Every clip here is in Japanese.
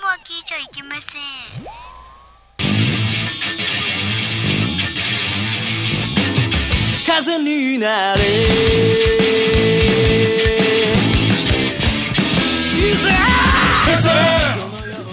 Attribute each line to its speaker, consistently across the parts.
Speaker 1: いけません
Speaker 2: 風になれ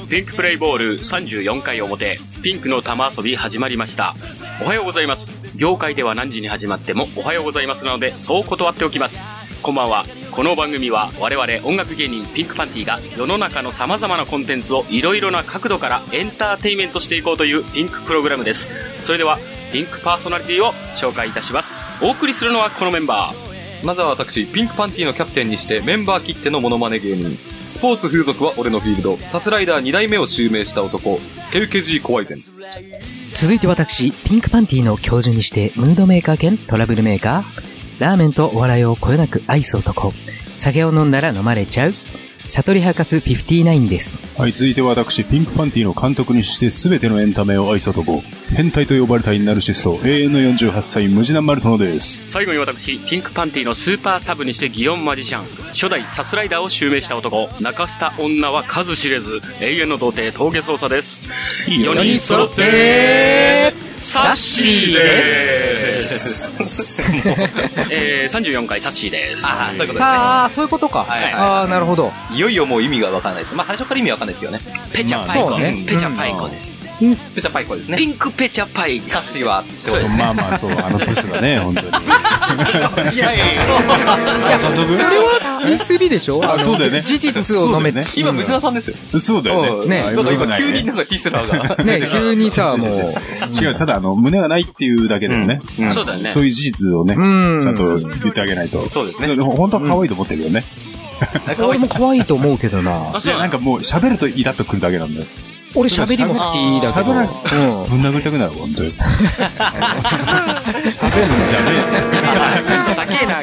Speaker 3: ピンクプレイボール34回表、ピンクの玉遊び始まりました。おはようございます。業界では何時に始まってもおはようございますなので、そう断っておきます。こんばんは。この番組は我々音楽芸人ピンクパンティが世の中の様々なコンテンツをいろいろな角度からエンターテインメントしていこうというピンクプログラムです。それでは、ピンクパーソナリティを紹介いたします。お送りするのはこのメンバー。
Speaker 4: まずは私、ピンクパンティのキャプテンにしてメンバー切ってのモノマネ芸人。スポーツ風俗は俺のフィールド。サスライダー2代目を襲名した男。LKG 怖いぜんです。
Speaker 5: 続いて私、ピンクパンティの教授にして、ムードメーカー兼トラブルメーカー、ラーメンとお笑いをこよなく愛す男、酒を飲んだら飲まれちゃう、悟り博士59です。
Speaker 6: はい、続いて私、ピンクパンティの監督にして全てのエンタメを愛す男、変態と呼ばれたイナルシスト、永遠の48歳、ムジナ・マルトノです。
Speaker 3: 最後に私ピンクパンティのスーパーサブにして祇園マジシャン初代サスライダーを襲名した男泣かした女は数知れず永遠の童貞峠捜査です4人揃ってサッシーですえー、34回サッシーです
Speaker 4: ああ、そういうことですね。
Speaker 5: さあ、そういうことか。
Speaker 4: はいはいはい
Speaker 5: ああ、なるほど。
Speaker 4: いよいよもう意味がわからないです。まあ最初から意味わかんないですけどね。
Speaker 3: ペチャパイ
Speaker 5: ま
Speaker 3: コ、
Speaker 5: あそうね
Speaker 3: ペチャパイコです、
Speaker 4: ペチャパイコですね。
Speaker 3: ピンクペチャパイコ
Speaker 4: サッシーはってことですね。
Speaker 6: まあまあ、そう、あのブスがね、本当に。早速
Speaker 5: それはディスりでしょ
Speaker 6: あ、そうだよね。
Speaker 5: 事実を飲めて。
Speaker 4: 今、ムジナさんですよ。
Speaker 6: そうだよね。そう
Speaker 4: なんか
Speaker 5: ね
Speaker 6: だよね。あよく
Speaker 4: 今
Speaker 6: ない
Speaker 4: 急
Speaker 6: ね
Speaker 4: になんかティスラーが。
Speaker 5: ね、急にさ、もう。
Speaker 6: 違う、ただ、あの、胸がないっていうだけでもね、
Speaker 3: そうだよね
Speaker 6: そういう事実をね、ち
Speaker 5: うん
Speaker 6: ゃんと言ってあげないと。
Speaker 4: そうですね
Speaker 6: でも本当は可愛いと思ってるよね。
Speaker 5: 俺も可愛いと思うけどな。
Speaker 3: あ
Speaker 6: い
Speaker 3: そう
Speaker 6: や、な
Speaker 3: なんん
Speaker 6: かもう喋るとイラッとくるだけなんだよ。
Speaker 5: 俺喋りも好きだけ
Speaker 6: 喋らん
Speaker 5: ど。うん。
Speaker 6: ぶん殴りたくなる、本 当に。喋るんじゃねえよ。
Speaker 3: だ高えな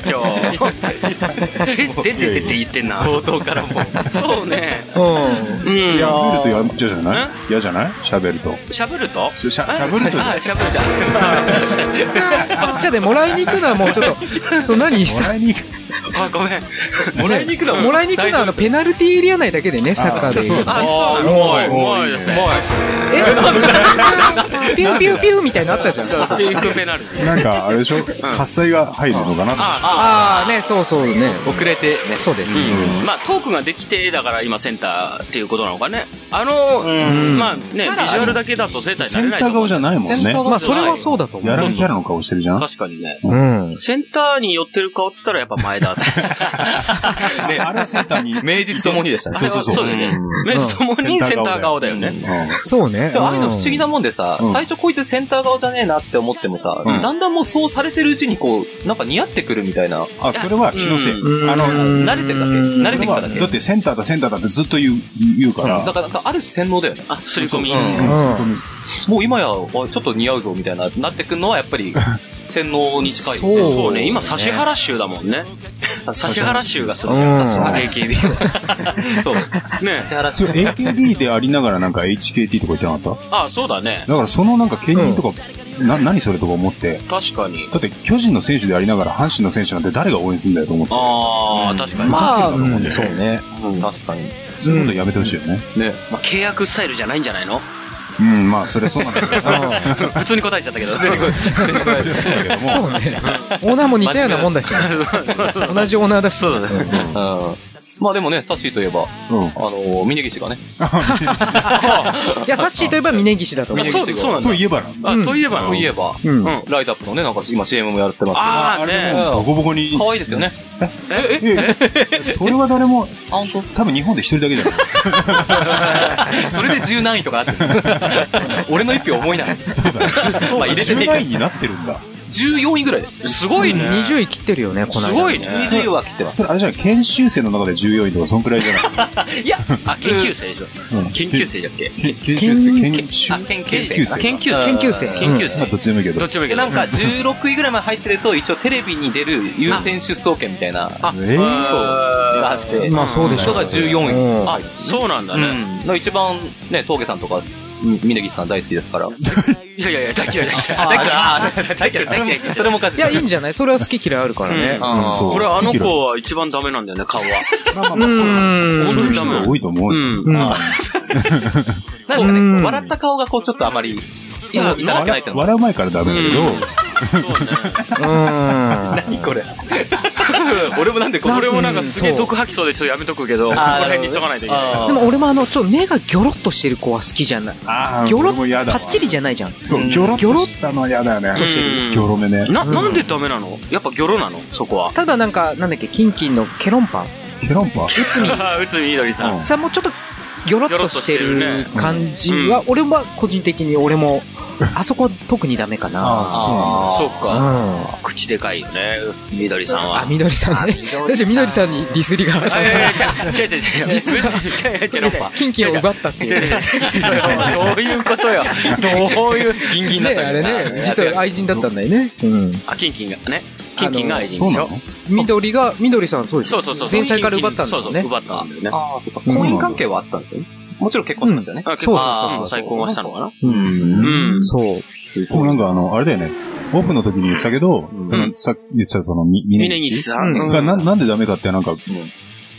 Speaker 3: 今日ででででって言ってんな
Speaker 4: 冒頭から もう。
Speaker 3: そうね
Speaker 5: うん。
Speaker 3: うん
Speaker 6: 喋るとや嫌じゃない
Speaker 3: ん
Speaker 6: 嫌じゃない喋ると。
Speaker 3: 喋ると
Speaker 6: しゃしゃ喋ると
Speaker 3: あ喋ると
Speaker 5: じゃあで、もらいに行くのはもうちょっと、そう、何
Speaker 6: もらいに行く。
Speaker 3: あごめん
Speaker 4: もらいに行くのは
Speaker 5: もらいに行くのはあのペナルティーエリア内だけでね、サッカーで言うと。
Speaker 4: あ、そう。
Speaker 3: うまいですね
Speaker 5: え、そんなピューピューピューみたいなのあったじゃん。あ
Speaker 3: ピンクペナルティ
Speaker 6: なんか、あれでしょ喝采が入るのかな
Speaker 5: あー、ね、そうそうね。
Speaker 4: 遅れてね。
Speaker 5: そうです。
Speaker 3: うんまあトークができてだから今センターっていうことなのかねあの、まあねビジュアルだけだとセンターになれ
Speaker 6: セン
Speaker 3: ない
Speaker 6: タ
Speaker 3: と
Speaker 6: ー
Speaker 3: 思う
Speaker 6: 顔じゃないもんね。
Speaker 5: まあ、それはそうだと思
Speaker 6: や
Speaker 5: う。
Speaker 6: らんキャラの顔してるじゃん
Speaker 3: 確かにね
Speaker 5: うん。
Speaker 3: センターに寄ってる顔っつったらやっぱ前だって
Speaker 4: ね
Speaker 6: あれはセンターに。
Speaker 4: 名実ともにでしたね。
Speaker 6: そうそうそう
Speaker 3: あれはだよねメスともにセンター顔だよね
Speaker 5: そうね。
Speaker 4: でもああいうの不思議なもんでさ、
Speaker 6: うん
Speaker 4: 最初こいつセンター側じゃねえなって思ってもさ、
Speaker 6: うん
Speaker 4: だんだんもうそうされてるうちにこう、なんか似合ってくるみたいな。
Speaker 6: うんあ、それは気のせい。
Speaker 5: うん
Speaker 6: あの、
Speaker 5: うん
Speaker 4: 慣れてるだけ慣れてきただけ。
Speaker 6: だってセンターだセンターだってずっと言う、言うから
Speaker 4: だ。からなんかある種洗脳だよね。
Speaker 3: あすり込み
Speaker 4: うん
Speaker 6: うん
Speaker 4: もう今や、あちょっと似合うぞみたいな、なってくるのはやっぱり洗脳に近い。
Speaker 5: そう
Speaker 3: そうね今指原州だもんね指原州がするじ
Speaker 5: う
Speaker 3: ゃん
Speaker 5: ん
Speaker 3: 指原 AKB は
Speaker 4: そう。
Speaker 3: ね
Speaker 4: セハラ
Speaker 6: そ
Speaker 4: シ
Speaker 6: う AKB でありながらなんか HKT とか言ってなかっ
Speaker 3: あそうだね
Speaker 6: ただからそのなんか兼任とか、な、何それとか思って。
Speaker 3: 確かに
Speaker 6: だって巨人の選手でありながら阪神の選手なんて誰が応援するんだよと思って。
Speaker 3: ああ確かに、まあ、
Speaker 5: まあ、うん
Speaker 6: ん
Speaker 5: そうね。
Speaker 4: 確かに。
Speaker 6: そういうことやめてほしいよね。
Speaker 4: ね。
Speaker 3: 契約スタイルじゃないんじゃないの
Speaker 6: うん、まあ、それはそうなんだけどさ。
Speaker 3: 普通に答えちゃったけど
Speaker 5: そうね。オーナーも似たようなもんだしね。同じオーナーだし。
Speaker 3: そうだ
Speaker 4: う
Speaker 3: ね
Speaker 4: ん。まあでもね、サッシーといえば、
Speaker 6: うん。
Speaker 4: あの、峯岸がね。
Speaker 5: いや、サッシーといえば峯岸だと思う。
Speaker 3: そうそうなんだ
Speaker 6: といえばな。
Speaker 3: あといえば
Speaker 4: といえば、
Speaker 5: うん。
Speaker 3: うん
Speaker 4: ライトアップのね、なんか今 CM もやってます
Speaker 3: ああ
Speaker 6: あ
Speaker 3: ね
Speaker 6: れもボコボコに
Speaker 4: けど。。可愛いですよね。
Speaker 6: ええそれは誰も、
Speaker 4: あ、本当
Speaker 6: 多分日本で一人だけじゃない。
Speaker 4: それで十何位とかなってる俺の一票重いな。まあ入れてねえか
Speaker 6: 19になってるんだ。
Speaker 4: 14位ぐらいです。
Speaker 3: すごいね。
Speaker 5: 20位切ってるよね、この
Speaker 3: す
Speaker 5: 間。
Speaker 3: ごいね。
Speaker 4: 20位は切ってます。
Speaker 6: それあれじゃない研修生の中で14位とかそんくらいじゃない。
Speaker 4: いや、
Speaker 3: あ、研究生じゃん。研究生だっけ
Speaker 6: け研修生、
Speaker 5: 研
Speaker 6: 研修
Speaker 4: あ研究生
Speaker 6: 研究生か。
Speaker 3: 研究
Speaker 5: 研
Speaker 3: 生。
Speaker 5: 究生。
Speaker 3: 研究
Speaker 6: まあ、
Speaker 3: 生。
Speaker 6: どっちでもいいけ
Speaker 3: ど
Speaker 6: ど
Speaker 3: っ。ちもいいけど
Speaker 4: なん。か16位ぐらいまで入ってると、一応テレビに出る優先出走権みたいな、あ
Speaker 3: あ、
Speaker 4: そ
Speaker 6: えー
Speaker 4: う、があっ
Speaker 5: う
Speaker 4: て
Speaker 5: ん。、まあ、そうでし
Speaker 4: 人
Speaker 5: ょう。
Speaker 4: が14位。
Speaker 3: あ
Speaker 4: あ、、
Speaker 3: そうなんだね。
Speaker 4: うん。の一番、ね、峠さんとか、峯岸さん大好きですから。
Speaker 3: いやいやいや、大嫌い大嫌い。大嫌い。
Speaker 4: あー
Speaker 3: 大嫌い。大嫌い。
Speaker 4: それもおかしい。
Speaker 5: いや、いいんじゃないそれは好き嫌いあるからね。
Speaker 6: うんそう
Speaker 3: 俺、あの子は一番ダメなんだよね、顔は。
Speaker 6: まあま
Speaker 5: う
Speaker 6: あまあそう
Speaker 5: ーん。
Speaker 3: 男
Speaker 6: そういう人が多いと思
Speaker 3: う
Speaker 6: うよ。
Speaker 3: ん。
Speaker 5: うん
Speaker 3: あ
Speaker 1: なんかね、
Speaker 5: うん
Speaker 1: こう笑った顔がこう、ちょっとあまり、いや、いただけないってのも
Speaker 6: 笑う前からダメだけど、
Speaker 5: うん。
Speaker 1: これ。
Speaker 3: 俺もなんでこ、
Speaker 5: な
Speaker 3: 俺もなんかすげえ毒吐きそうでちょっとやめとくけど、ここら辺にしとかないといけない。
Speaker 5: でも俺もあの、ちょ、目がギョロッとしてる子は好きじゃない。
Speaker 6: ああ、
Speaker 5: ギョロ
Speaker 6: 俺も嫌
Speaker 5: ッ、
Speaker 6: だ
Speaker 5: パ
Speaker 6: わ。
Speaker 5: ッチリじゃないじゃん。
Speaker 6: そう、
Speaker 5: ん
Speaker 6: ギョロッとしたのは嫌だよね。
Speaker 3: うん
Speaker 6: ギョロ目ね。
Speaker 3: な、なんでダメなのやっぱギョロなのそこは。
Speaker 5: 例えばなんか、なんだっけ、キンキンのケロンパン。
Speaker 6: ケロンパ
Speaker 5: 内海
Speaker 3: ああ、内海みどりさん。
Speaker 5: さんもちょっと、ギョロッとして
Speaker 3: ギョロッ
Speaker 5: る
Speaker 3: として
Speaker 5: 感じは、俺は個人的に俺も、あそこは特にダメかな。
Speaker 6: あ
Speaker 3: そっ
Speaker 5: うん。
Speaker 3: か。
Speaker 5: あ、
Speaker 3: 口でかいよね、みどりさんは。
Speaker 5: みどりさんね。確かみどりさんにディスりが。
Speaker 3: あいやいや違う違う違う。実は、違う違う違う。
Speaker 5: キンキンを奪ったって
Speaker 3: 違う違う
Speaker 5: いう。
Speaker 3: 違うどういうことよ。どういう。
Speaker 1: ギンギン
Speaker 5: ね、
Speaker 1: だった
Speaker 5: あれね、実は愛人だったんだよね。うん。
Speaker 3: あ、キンキンがね。キンキンが愛
Speaker 6: ー
Speaker 3: 人
Speaker 6: そう
Speaker 3: でし
Speaker 6: な
Speaker 3: ょ
Speaker 6: の。
Speaker 5: 緑が、緑さんそうでし
Speaker 3: そ
Speaker 5: ょ
Speaker 3: うそうそう。
Speaker 5: 前菜から奪ったんだ
Speaker 3: そうそ
Speaker 5: よ
Speaker 3: う、
Speaker 5: ね。
Speaker 3: 奪ったんだよね。
Speaker 1: ああ、そっか。婚姻関係はあったんですよね。もちろん結婚しましたよね。
Speaker 3: あ結
Speaker 5: そうそうそう
Speaker 3: 構、うん再婚はしたのかな
Speaker 6: う
Speaker 3: うん。
Speaker 5: そう。
Speaker 6: でもなんかあの、あれだよね。オフの時に言ってたけど、その、さっき言ってたその、み、み
Speaker 3: 峰
Speaker 6: ね
Speaker 3: 岸さ。
Speaker 5: うんん
Speaker 6: がな、なんでダメかってなんか、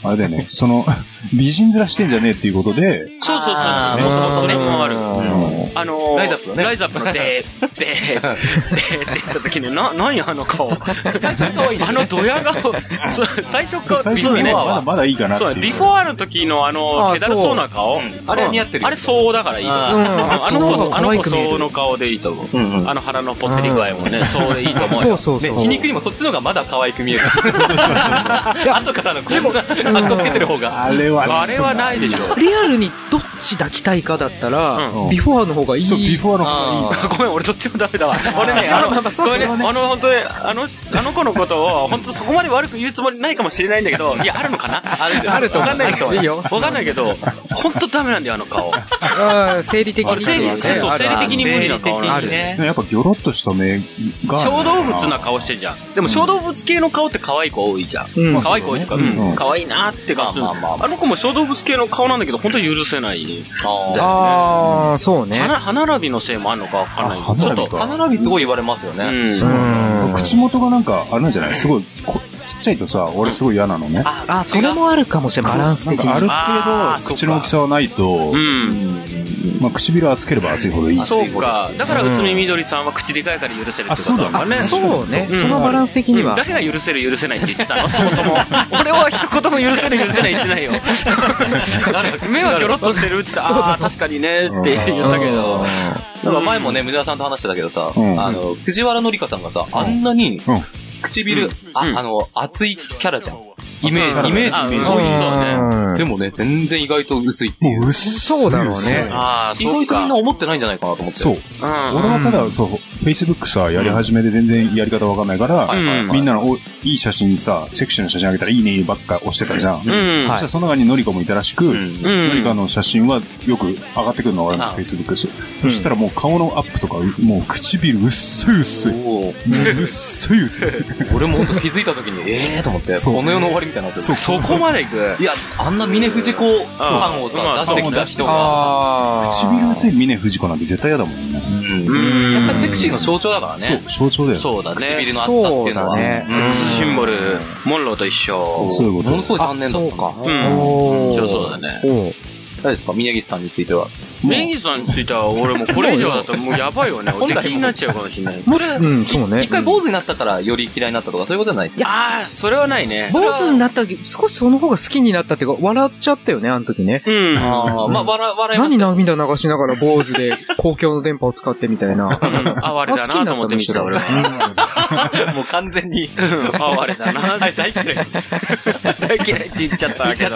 Speaker 6: あれだよね。その、美人面してんじゃねえっていうことで、
Speaker 3: そうそうそう
Speaker 1: あ
Speaker 3: そう。そうそれもある。
Speaker 6: あの
Speaker 3: あのー、
Speaker 1: ライザップのね
Speaker 3: ライザップのでー、でー、でーって言った時に、な、何あの顔。
Speaker 1: 最初可愛いね
Speaker 3: あのドヤ顔。そう最初
Speaker 6: そう
Speaker 3: か、
Speaker 6: 最初
Speaker 3: そう
Speaker 6: に
Speaker 3: だ
Speaker 6: ね、
Speaker 3: ね
Speaker 6: まだまだいいかなって
Speaker 3: そ
Speaker 6: いうう。
Speaker 3: だねビフォーある時のあの、
Speaker 5: あ
Speaker 3: 気だるそうな顔。
Speaker 1: あれは似合ってるよ
Speaker 3: あれ相応だからいいと思う。
Speaker 1: うん
Speaker 5: あ
Speaker 3: あ
Speaker 5: そ
Speaker 3: の
Speaker 5: の
Speaker 3: 子
Speaker 5: 方が
Speaker 3: あ
Speaker 5: 可
Speaker 3: の
Speaker 5: 愛
Speaker 3: 子
Speaker 5: く見える
Speaker 3: 相応の顔でいいと思う。
Speaker 1: うんうん
Speaker 3: あの腹のぽってり具合もね、そうでいいと思う
Speaker 5: そう
Speaker 3: よ。
Speaker 5: そう
Speaker 1: ね、
Speaker 5: そう。
Speaker 1: 皮肉にもそっちの方がまだ可愛く見える。後からのこう、
Speaker 5: ん
Speaker 1: 格好つけてる方が。
Speaker 6: あれはちょっと、
Speaker 3: あれはないでしょ。
Speaker 5: リアルにどっち抱きたいかだったら、
Speaker 6: うん
Speaker 5: ビフォアの方がいい。
Speaker 6: そう、ビフォーの方がいい。
Speaker 1: あ
Speaker 3: ごめん、俺どっちもダメだわ。俺ね、あ
Speaker 5: まあま
Speaker 3: の、
Speaker 5: あそう
Speaker 3: ごめんね、
Speaker 5: それはね
Speaker 3: あの、本当に、あの、あの子のことを、本当そこまで悪く言うつもりないかもしれないんだけ ど、いや、あるのかなある
Speaker 5: あると
Speaker 3: わ
Speaker 5: 思う
Speaker 3: かんないけど、
Speaker 5: いいよ
Speaker 3: わかんないけど、本当ダメなんだよ、あの顔。
Speaker 5: うん生理的に。
Speaker 3: 生理そうそう
Speaker 5: あるある
Speaker 3: 生理的に無理な顔
Speaker 5: あ
Speaker 3: なん
Speaker 5: る
Speaker 3: で。
Speaker 1: ね。
Speaker 6: でもやっぱギョロッとした目が。
Speaker 3: 小動物な顔してんじゃん。でも小動物系の顔って可愛い子多いじゃん。
Speaker 5: うん
Speaker 3: 可愛い子多いとか、う
Speaker 6: うん
Speaker 3: ん可愛いなって感じする。
Speaker 1: まあまあまあ
Speaker 3: あの子も小動物系の顔なんだけど、本当許せない。
Speaker 5: ああ、そうね。
Speaker 3: 花歯並びのせいもあるのかわかんないけ
Speaker 6: あ
Speaker 3: ど、
Speaker 6: 歯
Speaker 3: ちょ
Speaker 6: 並
Speaker 3: っ
Speaker 6: び
Speaker 3: と。
Speaker 6: か
Speaker 1: 歯並びすごい言われますよ
Speaker 3: う。
Speaker 1: ね。
Speaker 5: うんん
Speaker 6: 口元がなんか、あれなんじゃないすごい、こちっちゃいとさ、俺すごい嫌なのね。
Speaker 5: あ、それもあるかもしれない。バランス
Speaker 6: なん
Speaker 5: 的に。
Speaker 6: かある
Speaker 3: あー
Speaker 6: 程
Speaker 3: そっ
Speaker 6: 度、
Speaker 3: か
Speaker 6: 口の大きさはないと
Speaker 3: う、ん。
Speaker 6: まあ唇厚ければ厚いほどいい。
Speaker 3: そうか。だから、宇都宮みどりさんは口でかいから許せるってことなのかね。
Speaker 5: あそうね。
Speaker 3: うん
Speaker 5: そのバランス的には。
Speaker 3: 誰が許せる許せないって言ってたのそもそも。俺は一言も許せる許せない言ってないよ。目はギョロッとしてるって言ったら、ああー、確かにねって言ったけど。
Speaker 1: なんか前もね、無沢さんと話してたけどさ、
Speaker 6: うん
Speaker 1: あの、藤原紀香さんがさ、あんなに
Speaker 6: うん、
Speaker 1: 唇、あ
Speaker 3: うん
Speaker 1: あの、熱いキャラじゃん。イメージ、イメ
Speaker 3: あ
Speaker 1: ージ、イメ
Speaker 3: そう
Speaker 1: ー
Speaker 5: うん
Speaker 1: ジ。でもね、全然意外と薄いってい
Speaker 6: も
Speaker 1: う。
Speaker 6: う薄い。
Speaker 5: そうだろうね
Speaker 3: ああ、
Speaker 1: 意
Speaker 3: そ
Speaker 1: 外
Speaker 3: う
Speaker 1: とみんな
Speaker 3: か。
Speaker 1: 思ってないんじゃないかなと思って。
Speaker 6: そう。
Speaker 3: うん
Speaker 6: 俺はただ、そう、Facebook さ、やり始めで全然やり方わかんないから、
Speaker 3: いはいはい
Speaker 6: みんなのおいい写真さ、セクシーな写真あげたらいいねばっか押してたじゃん。
Speaker 3: う
Speaker 6: そ
Speaker 3: ん。
Speaker 6: したらその中にのりこもいたらしく、
Speaker 1: うん。
Speaker 3: う
Speaker 6: のりか
Speaker 3: ん。
Speaker 6: の写真はよく上がってくるの、俺の
Speaker 1: あ
Speaker 6: Facebook です。そしたらもう顔のアップとか、もう唇薄い薄い。も
Speaker 1: おー
Speaker 6: う薄い薄い。
Speaker 1: 俺も本当気づいた時に、ええーと思 って、
Speaker 6: そう
Speaker 1: この世の終わりみたいになってる。
Speaker 3: そこまで行く。
Speaker 1: いや、あんな峰藤子感をさ
Speaker 3: まあ、
Speaker 1: 出してきた人が、
Speaker 5: あー
Speaker 6: 唇薄い峰藤子なんて絶対嫌だもんね。
Speaker 3: うん
Speaker 1: やっぱりセクシーの象徴だから
Speaker 6: そ
Speaker 1: ね
Speaker 6: う、。象徴だよ。
Speaker 3: そうだね。
Speaker 1: 唇の厚さっていうの
Speaker 5: そうだね
Speaker 1: は。
Speaker 3: セックスシンボ
Speaker 1: ル。
Speaker 3: ル、モンローと一緒。
Speaker 6: そういうこ
Speaker 1: もの
Speaker 6: と
Speaker 1: す。ごい残念だった。
Speaker 5: そうか。
Speaker 3: うん
Speaker 5: おー
Speaker 3: そうそうだね。
Speaker 5: おう
Speaker 1: 誰ですか峯岸さんについては。
Speaker 3: メインさんについては、俺もうこれ以上だともうやばいよね。
Speaker 1: 本来
Speaker 3: 俺
Speaker 1: も
Speaker 3: 敵になっちゃうかもしれない。
Speaker 1: これ、
Speaker 5: うん、そうね
Speaker 1: 一。回坊主になったからより嫌いになったとかそういうことじゃない
Speaker 3: ああ、それはないね。
Speaker 5: 坊主になった時、少しその方が好きになったっていうか、笑っちゃったよね、あの時ね。
Speaker 3: うん。
Speaker 1: ああ、まあ、笑、笑いま
Speaker 5: 何
Speaker 1: したよ。
Speaker 5: 涙流しながら坊主 で公共の電波を使ってみたいな。
Speaker 3: あ、我だなと思って見てた、俺は。
Speaker 1: もう完全に。
Speaker 3: あ、我だな。大嫌い。大嫌いって言っちゃったけど。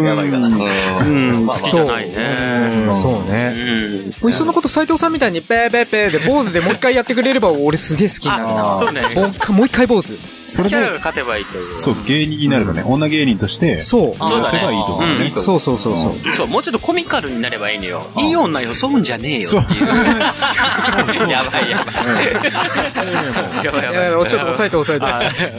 Speaker 1: やばいかな。
Speaker 3: うん、
Speaker 1: まあま
Speaker 3: 好
Speaker 1: あ
Speaker 3: きじゃないね。
Speaker 5: うんそう
Speaker 3: う
Speaker 5: ね。
Speaker 3: ん。
Speaker 5: もういっそのこと斎藤さんみたいに、ペーペーペーで坊主でもう一回やってくれれば、俺すげえ好きになるな。
Speaker 3: あそうね
Speaker 5: もう一回もう一回坊主。
Speaker 6: それ
Speaker 3: キャラが
Speaker 6: で、
Speaker 3: 勝てばいいという。
Speaker 6: そう、芸人になるとね、女芸人として、
Speaker 5: そう。
Speaker 3: そうだね
Speaker 6: 出せばいいと思うね。
Speaker 5: そうそうそうそう。
Speaker 3: そう、もうちょっとコミカルになればいいのよ。いい女よ、そううんじゃねえよっていう。
Speaker 1: やばいやば
Speaker 3: やばい
Speaker 5: いやいやちょっと抑えて抑
Speaker 3: あ
Speaker 5: え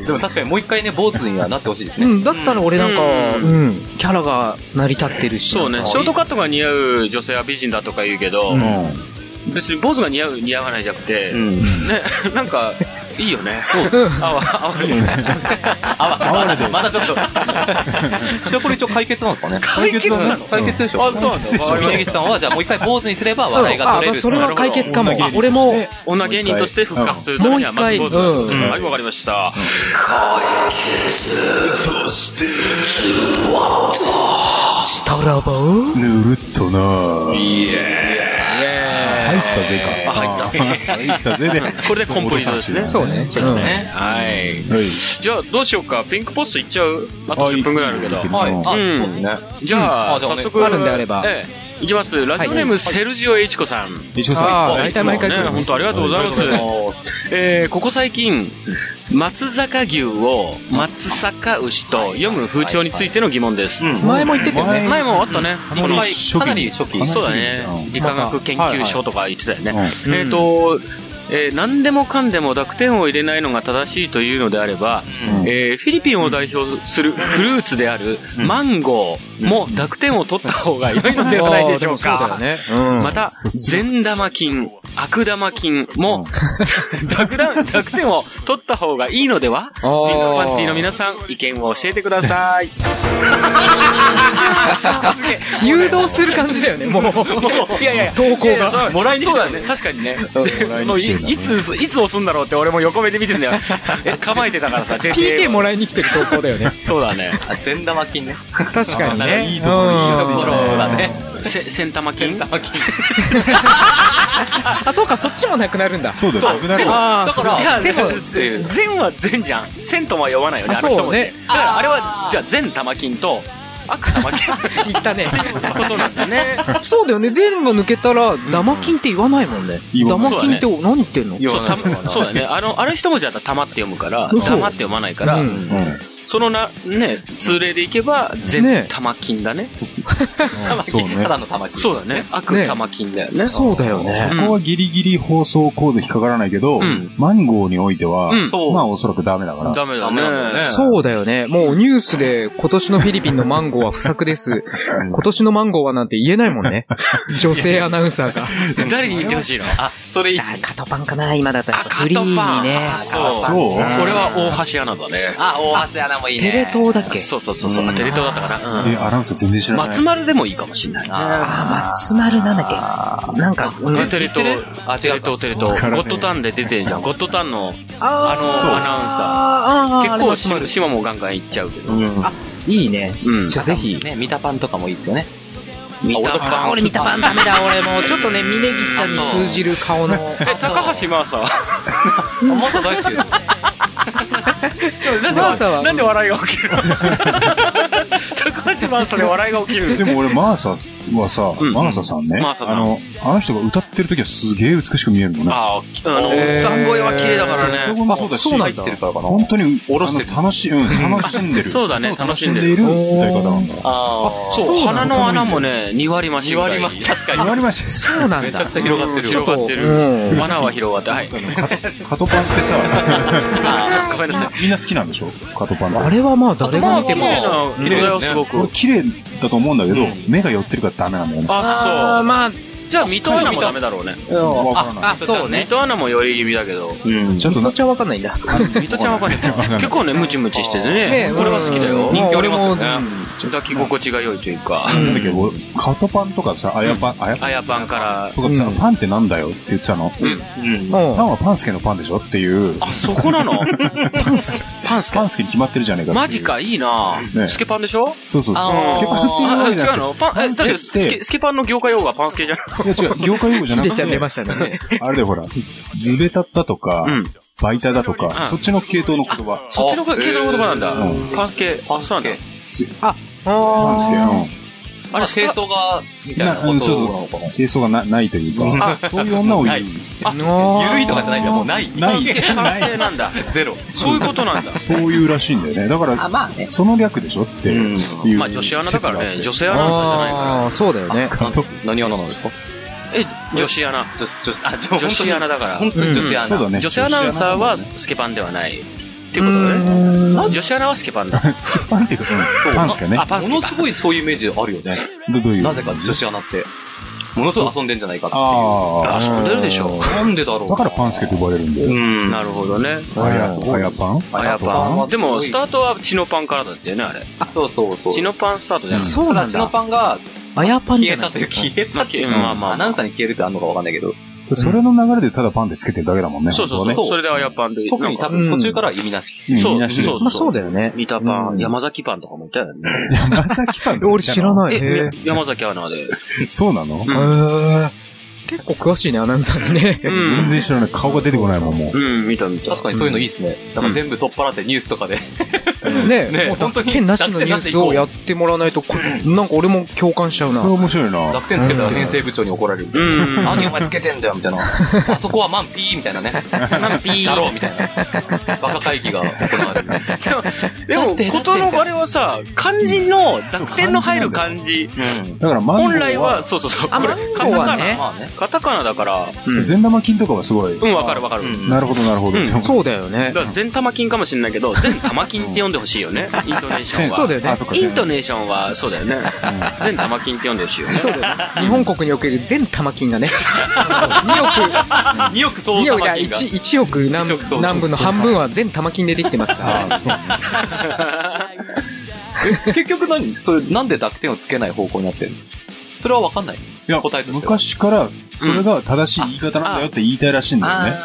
Speaker 1: い。でも確かにもう一回ね、坊主にはなってほしいです
Speaker 5: て。う
Speaker 1: ね。
Speaker 5: ん、だったら俺なんか、
Speaker 3: う
Speaker 5: うん、キャラが成り立ってるし。
Speaker 3: そうね、ショートカットが似合う女性は美人だとか言うけど、
Speaker 6: うん。
Speaker 3: 別に坊主が似合う似合わないじゃなくて、ね、なんか、いいよね。
Speaker 1: あわ、あわれちゃった。あわ、まだ、まだちょっと。
Speaker 7: じゃあこれ一応解決なんですかね
Speaker 3: 解決なの
Speaker 7: 解決でしょ
Speaker 3: あ、そうなんだ。
Speaker 7: 峯岸さんはじゃあもう一回坊主にすれば笑いが
Speaker 5: あ、
Speaker 7: 取
Speaker 5: ま
Speaker 7: れ
Speaker 5: あ
Speaker 7: る
Speaker 5: それは解決かも。あ俺も、
Speaker 3: 女芸人として復活するためには、
Speaker 5: もう一回
Speaker 3: まず坊主
Speaker 5: うん
Speaker 3: はい、わかりました。
Speaker 5: したらば、
Speaker 6: ぬるっとなぁ入ったぜか。
Speaker 3: あ入ったぜ
Speaker 6: 入ったぜで。
Speaker 3: これでコンプリートですね。
Speaker 5: そうね。
Speaker 3: そうですね。はい。
Speaker 6: はい。
Speaker 3: じゃあ、どうしようか。ピンクポスト行っちゃうあと10分ぐらいあるけど。
Speaker 7: はいあそ
Speaker 3: う
Speaker 7: う
Speaker 3: ん
Speaker 7: ですね
Speaker 3: じゃあ、
Speaker 7: あじゃあ
Speaker 3: 早速。
Speaker 5: あるんであれば
Speaker 3: ええ。いきます。ラジオネーム、セルジオエイチコさん。
Speaker 6: 一応
Speaker 5: あ
Speaker 6: さ
Speaker 5: ー、大体毎回来
Speaker 3: ね、
Speaker 5: る
Speaker 3: 本当ありがとうございます。えーここ最近、松坂牛を松坂牛と読む風潮についての疑問です。うん
Speaker 5: 前も言ってたよね。
Speaker 3: 前もあったね。
Speaker 7: このかなり初期
Speaker 3: そうだね。理化学研究所とか言ってたよね。
Speaker 6: うん
Speaker 3: えっ、と、えー何でもかんでも濁点を入れないのが正しいというのであれば、
Speaker 6: うん
Speaker 3: えーフィリピンを代表するフルーツであるマンゴーも濁点を取った方が良いのではないでしょうか。
Speaker 5: あーでもそうだよね。うん。
Speaker 3: また、善玉菌、悪玉菌も、 濁点、濁点を取った方がいいのではピンク
Speaker 5: ー
Speaker 3: パンティの皆さん、意見を教えてください。すげえ
Speaker 5: 誘導する感じだよね、もう。
Speaker 3: いやいや、
Speaker 5: 投稿が
Speaker 3: が。もらいにそうだね。確かにね。でもういいつ、いつ押すんだろうって俺も横目で見てんだよ。 え構えてたからさ、
Speaker 5: PK もらいに来てる投稿だよ ね。
Speaker 3: そうだね。
Speaker 7: あ善玉菌ね
Speaker 5: 確かにね。いいとこ
Speaker 7: ところだね
Speaker 3: せ、せん玉金だ
Speaker 5: あ、そうか、そっちもなくなるんだ。
Speaker 6: そうだよ。なくなるわ
Speaker 5: ああ、
Speaker 7: だから
Speaker 5: せも
Speaker 3: 善は善じゃん。千とは呼ばないよね、
Speaker 5: あ
Speaker 3: あの人もね
Speaker 5: そう。
Speaker 3: だからあれは、じゃあ善玉金と、悪玉金っていう
Speaker 5: 言ったね。
Speaker 3: ことなんだ ね。
Speaker 5: そうだよね、善が抜けたら、ダマ金って言わないもんね。
Speaker 6: 言
Speaker 5: ダ
Speaker 6: わな
Speaker 5: マ
Speaker 6: い
Speaker 5: 金って何言ってんの
Speaker 3: そう、たそうだね。あの、あれ一文字だったら玉って読むから、
Speaker 5: 嘘
Speaker 3: 玉って読まないから
Speaker 5: う、ん
Speaker 3: そのな、ね、通例でいけば、
Speaker 5: ね
Speaker 3: 善玉金だね。
Speaker 6: うんそう
Speaker 7: た
Speaker 6: ね。
Speaker 7: だの玉菌
Speaker 3: そうだね。悪玉金だよね。
Speaker 5: そうだよね。
Speaker 6: そこはギリギリ放送コード引っかからないけど
Speaker 3: うん、
Speaker 6: マンゴーにおいては
Speaker 3: うん、
Speaker 7: そう
Speaker 6: まあおそらくダメだから。
Speaker 3: ダメだ
Speaker 7: ダメなんだ
Speaker 3: ね
Speaker 7: よ。ね
Speaker 5: そうだよね。もうニュースで今年のフィリピンのマンゴーは不作です。今年のマンゴーはなんて言えないもんね。女性アナウンサーが。
Speaker 3: 誰に言ってほしいの
Speaker 7: あそれいいっすね
Speaker 5: カトパンかな今だったら。
Speaker 3: あカトパン
Speaker 5: フリーにね
Speaker 3: あ。そう
Speaker 6: そう
Speaker 3: 俺は大橋アナだね。
Speaker 7: あ大橋アナもいい
Speaker 5: テ
Speaker 7: ね
Speaker 5: レ東だっけ
Speaker 3: そうそうそうそう。あテレ東だったかな。うん
Speaker 6: え、アナウンサー全然知らない。
Speaker 3: 松丸でもいいかもしれないな。
Speaker 5: あ、松丸なんだっけなんか、うん
Speaker 3: あテレ東、
Speaker 7: あ
Speaker 3: テ
Speaker 7: 違
Speaker 3: レ
Speaker 7: うか
Speaker 3: 東、テレ東。ゴ
Speaker 6: からね
Speaker 3: ッドタンで出てるじゃん。ゴッドタンの、あ
Speaker 5: あ
Speaker 3: の、アナウンサー。
Speaker 5: あーあー、
Speaker 3: 結
Speaker 5: あ
Speaker 3: 構
Speaker 5: れ松丸
Speaker 3: 島、島もガンガン行っちゃうけど。
Speaker 5: いいね。
Speaker 3: うん。
Speaker 5: じゃあぜひ。
Speaker 7: ね、見たパンとかもいいですよね。
Speaker 3: 見たパン
Speaker 5: 俺見たパンダメだ、俺もうちょっとね、峯岸さんに通じる顔の。
Speaker 3: え、高橋真麻さんは
Speaker 7: もっと大好きです。
Speaker 5: 真麻は
Speaker 3: なんで笑いが起きるの高橋真麻で笑いが起きる
Speaker 6: でも俺、マーサはさ、
Speaker 3: うん
Speaker 6: マーサさんね。
Speaker 3: マーサさん
Speaker 6: あの、あの人が歌ってる時はすげえ美しく見えるのね。
Speaker 3: ああ、あの、
Speaker 5: へー
Speaker 3: 歌声は綺麗だからね。
Speaker 6: 男もそうだし、
Speaker 5: そうな
Speaker 6: 入
Speaker 5: んだ
Speaker 6: ってるからかな。本当に、おろして楽し、うん、楽しんでる。
Speaker 3: そうだね楽しんでる
Speaker 6: いる歌い方なんだ。
Speaker 3: ああ、そう、鼻の穴もね、2割増しぐらい。2割増し。確か
Speaker 6: 言われましたよ
Speaker 5: そうなんだ。
Speaker 3: に広がってる。広がって
Speaker 5: う
Speaker 3: る。穴は広がって、はい。
Speaker 6: カトパンってさ、
Speaker 3: あーごめんなさい。
Speaker 6: みんな好きなんでしょカトパンって。
Speaker 5: あれはまあ誰が見ても。
Speaker 3: 綺麗な、すご
Speaker 6: 俺
Speaker 3: く。
Speaker 6: 綺麗だと思うんだけど、目が寄ってるからダメなんだよね。
Speaker 5: あ
Speaker 3: あ、
Speaker 5: ーまあ、
Speaker 3: そう。じゃあ、水戸アナもダメだろうね。
Speaker 6: わからない。
Speaker 5: あ、そうね。
Speaker 3: 水戸アナも寄り気味だけど、
Speaker 6: うんちゃんとな
Speaker 5: こっ、ちはわかんないんだ。
Speaker 3: 水戸ちゃんわかんない。結構ね、ムチムチしててね。俺は好きだよ。
Speaker 5: 人気ありますよ
Speaker 3: 抱き心地が良いというか、
Speaker 6: なんだっけ、俺カトパンとかさ、あやパン、あやパ
Speaker 3: あやパンから
Speaker 6: ン、とかさ、パンってなんだよって言ってたの。パンはパンスケのパンでしょっていう、
Speaker 3: あ、そこなのパンスケ。パンスケ
Speaker 6: パ。ンスケに決まってるじゃねえかっていう
Speaker 3: マジか、いいな
Speaker 6: ね
Speaker 3: スケパンでしょ
Speaker 6: そうそう
Speaker 3: あ
Speaker 6: そう。
Speaker 3: ー
Speaker 6: スケパンっていう
Speaker 3: あ、
Speaker 6: わ
Speaker 3: 違
Speaker 6: けじゃな
Speaker 3: う
Speaker 6: くて
Speaker 3: のパン、え、だけど、ス
Speaker 6: パンスケっ
Speaker 3: ケ、
Speaker 6: て
Speaker 3: スケパンの業界用語はパンスケじゃない
Speaker 6: いや違う、業界用語じゃなくて。
Speaker 5: したね。
Speaker 6: あれだよ、ほら、ズベタだとか、
Speaker 3: うん
Speaker 6: バイタだと
Speaker 3: うん
Speaker 6: か、そっちの系統の言葉。
Speaker 3: そっちの系統の言葉なんだ
Speaker 6: う。
Speaker 3: パンスケ、あ、そうなんだ。
Speaker 6: パンスケ、うん。
Speaker 7: あれ、清掃が、みたいな
Speaker 6: な
Speaker 7: こと
Speaker 6: うんそうそう低層がなないというか、そういう女を言う。
Speaker 5: ゆ
Speaker 7: 緩いとかじゃないんだ、もうない。
Speaker 6: な
Speaker 3: パ
Speaker 6: い、な
Speaker 3: ンスケ
Speaker 6: い。
Speaker 3: なんだ。
Speaker 7: ゼロ。
Speaker 3: そういうことなんだ。
Speaker 6: そういうらしいんだよね。だから、その略でしょっていう。
Speaker 3: まあ女子アナだからね、女
Speaker 6: 子。
Speaker 3: 性アナウンサーじゃないか
Speaker 5: ああ、そうだよね。
Speaker 7: 何アナなんですか
Speaker 3: ら。え、女子アナ。
Speaker 7: 女子、あ、
Speaker 3: 女子アナだから。
Speaker 7: 本当に女子アナ。
Speaker 6: そうだね。
Speaker 3: 女子アナウンサーはスケパンではない。っていうことだね。あ女子アナはスケパンだ。
Speaker 6: パンっていうか、うんパンスケね
Speaker 3: あ、。パンスケ
Speaker 7: もの
Speaker 3: だ
Speaker 7: すごいそういうイメージあるよね。
Speaker 6: どどういう
Speaker 7: なぜか女子アナって。ものすごい遊んでんじゃないかって
Speaker 6: あ
Speaker 3: あ、それ出るでしょ。
Speaker 7: なんでだろ
Speaker 6: あ。
Speaker 7: う
Speaker 6: だからパンスケと呼ばれるんで。
Speaker 7: うん。
Speaker 3: なるほどね。
Speaker 6: あや、あやパン
Speaker 3: あや
Speaker 7: あや
Speaker 3: パ
Speaker 7: ぱ
Speaker 3: ン。でも、スタートはチノパンからだったよね、あれ。
Speaker 7: そうそうそう。
Speaker 3: チノパンスタートじゃない
Speaker 5: そう
Speaker 7: た
Speaker 5: な
Speaker 7: だ、
Speaker 5: ん
Speaker 7: チノ
Speaker 5: だ。
Speaker 7: パンが
Speaker 5: あやパンじ
Speaker 7: 消
Speaker 5: ゃ
Speaker 7: え
Speaker 5: な
Speaker 7: た
Speaker 5: い
Speaker 7: という、消え
Speaker 3: ま
Speaker 7: た
Speaker 3: あ、
Speaker 7: って
Speaker 3: け
Speaker 7: いう。
Speaker 3: まあま
Speaker 7: ア
Speaker 3: あま
Speaker 7: ナウ
Speaker 3: あ。
Speaker 7: ンサーに消えるってあんのかわかんないけど、
Speaker 6: それの流れでただパンでつけてるだけだもんね。
Speaker 3: そうそう
Speaker 6: 本当
Speaker 3: そう。
Speaker 6: は
Speaker 3: それであやパンで。
Speaker 7: 特に
Speaker 3: な
Speaker 7: 多
Speaker 3: んか
Speaker 7: 分途中からは意味なし。
Speaker 6: ね。
Speaker 3: そう
Speaker 6: みんな知ってる
Speaker 3: そう
Speaker 5: まあそうだよね。
Speaker 3: 三田パ
Speaker 6: うん
Speaker 3: ン、山崎パンとかもいたよね。
Speaker 6: 山崎パン
Speaker 5: 俺知ら ない。へ
Speaker 3: え、山崎アナで。
Speaker 6: そうなの
Speaker 5: え。へえ結構詳しいね、アナウンサーにね。
Speaker 3: うん
Speaker 6: 全然知らない。顔が出てこないもん、もう。
Speaker 3: うん、見た見た。
Speaker 7: 確かにそういうのいいですね。だから全部取っ払ってニュースとかで。
Speaker 5: ね
Speaker 7: ね
Speaker 5: もう
Speaker 7: 本当
Speaker 5: 濁
Speaker 7: に
Speaker 5: 点なしのニュースをやってもらわないと、こなんか俺も共感しちゃう
Speaker 6: そ
Speaker 5: な
Speaker 6: れ。面白いな。
Speaker 7: 濁点つけたら編成部長に怒られる。
Speaker 3: うん。
Speaker 7: 何お前つけてんだよみたいな。あそこはマンピーみたいなね。マンピー。だろうみたいな。バカ会議が行われ る。
Speaker 3: でも、ことのあれはさ、漢字の、濁点の入る漢字。
Speaker 6: だからマンゴー
Speaker 3: 本来は、そうそうそう。
Speaker 5: あ
Speaker 3: これ、
Speaker 5: マンゴーはね
Speaker 7: まあね。
Speaker 3: カタカナだから。
Speaker 6: そう善玉菌とかはすごい。
Speaker 3: うん、わかるわかる。
Speaker 7: うん
Speaker 6: なるほど、なるほど。
Speaker 3: うん
Speaker 6: でも
Speaker 5: そうだよね
Speaker 3: だ。から全玉金かもしれないけ ど、全玉金って呼んでほしいよね。イントネーションは。
Speaker 5: そうだよね
Speaker 6: あ、。そっか。
Speaker 3: イントネーションは、そうだよね。全玉金って呼んでほしいよね。
Speaker 5: そうだよね。日本国における全玉金がね、2
Speaker 7: 2億総
Speaker 5: 億、2
Speaker 7: 玉
Speaker 5: 億、い
Speaker 7: 金
Speaker 5: や、
Speaker 7: が。
Speaker 5: 1, 1億南
Speaker 7: 一億そう
Speaker 5: 南部の半分は全玉金でできてますから。
Speaker 7: 結局何それ、なんで濁点をつけない方向になってるのそれはわかんない。
Speaker 6: い や
Speaker 7: 答えとしては
Speaker 6: 昔から、それが正しい言い方なんだよって言いたいらしいんだよね。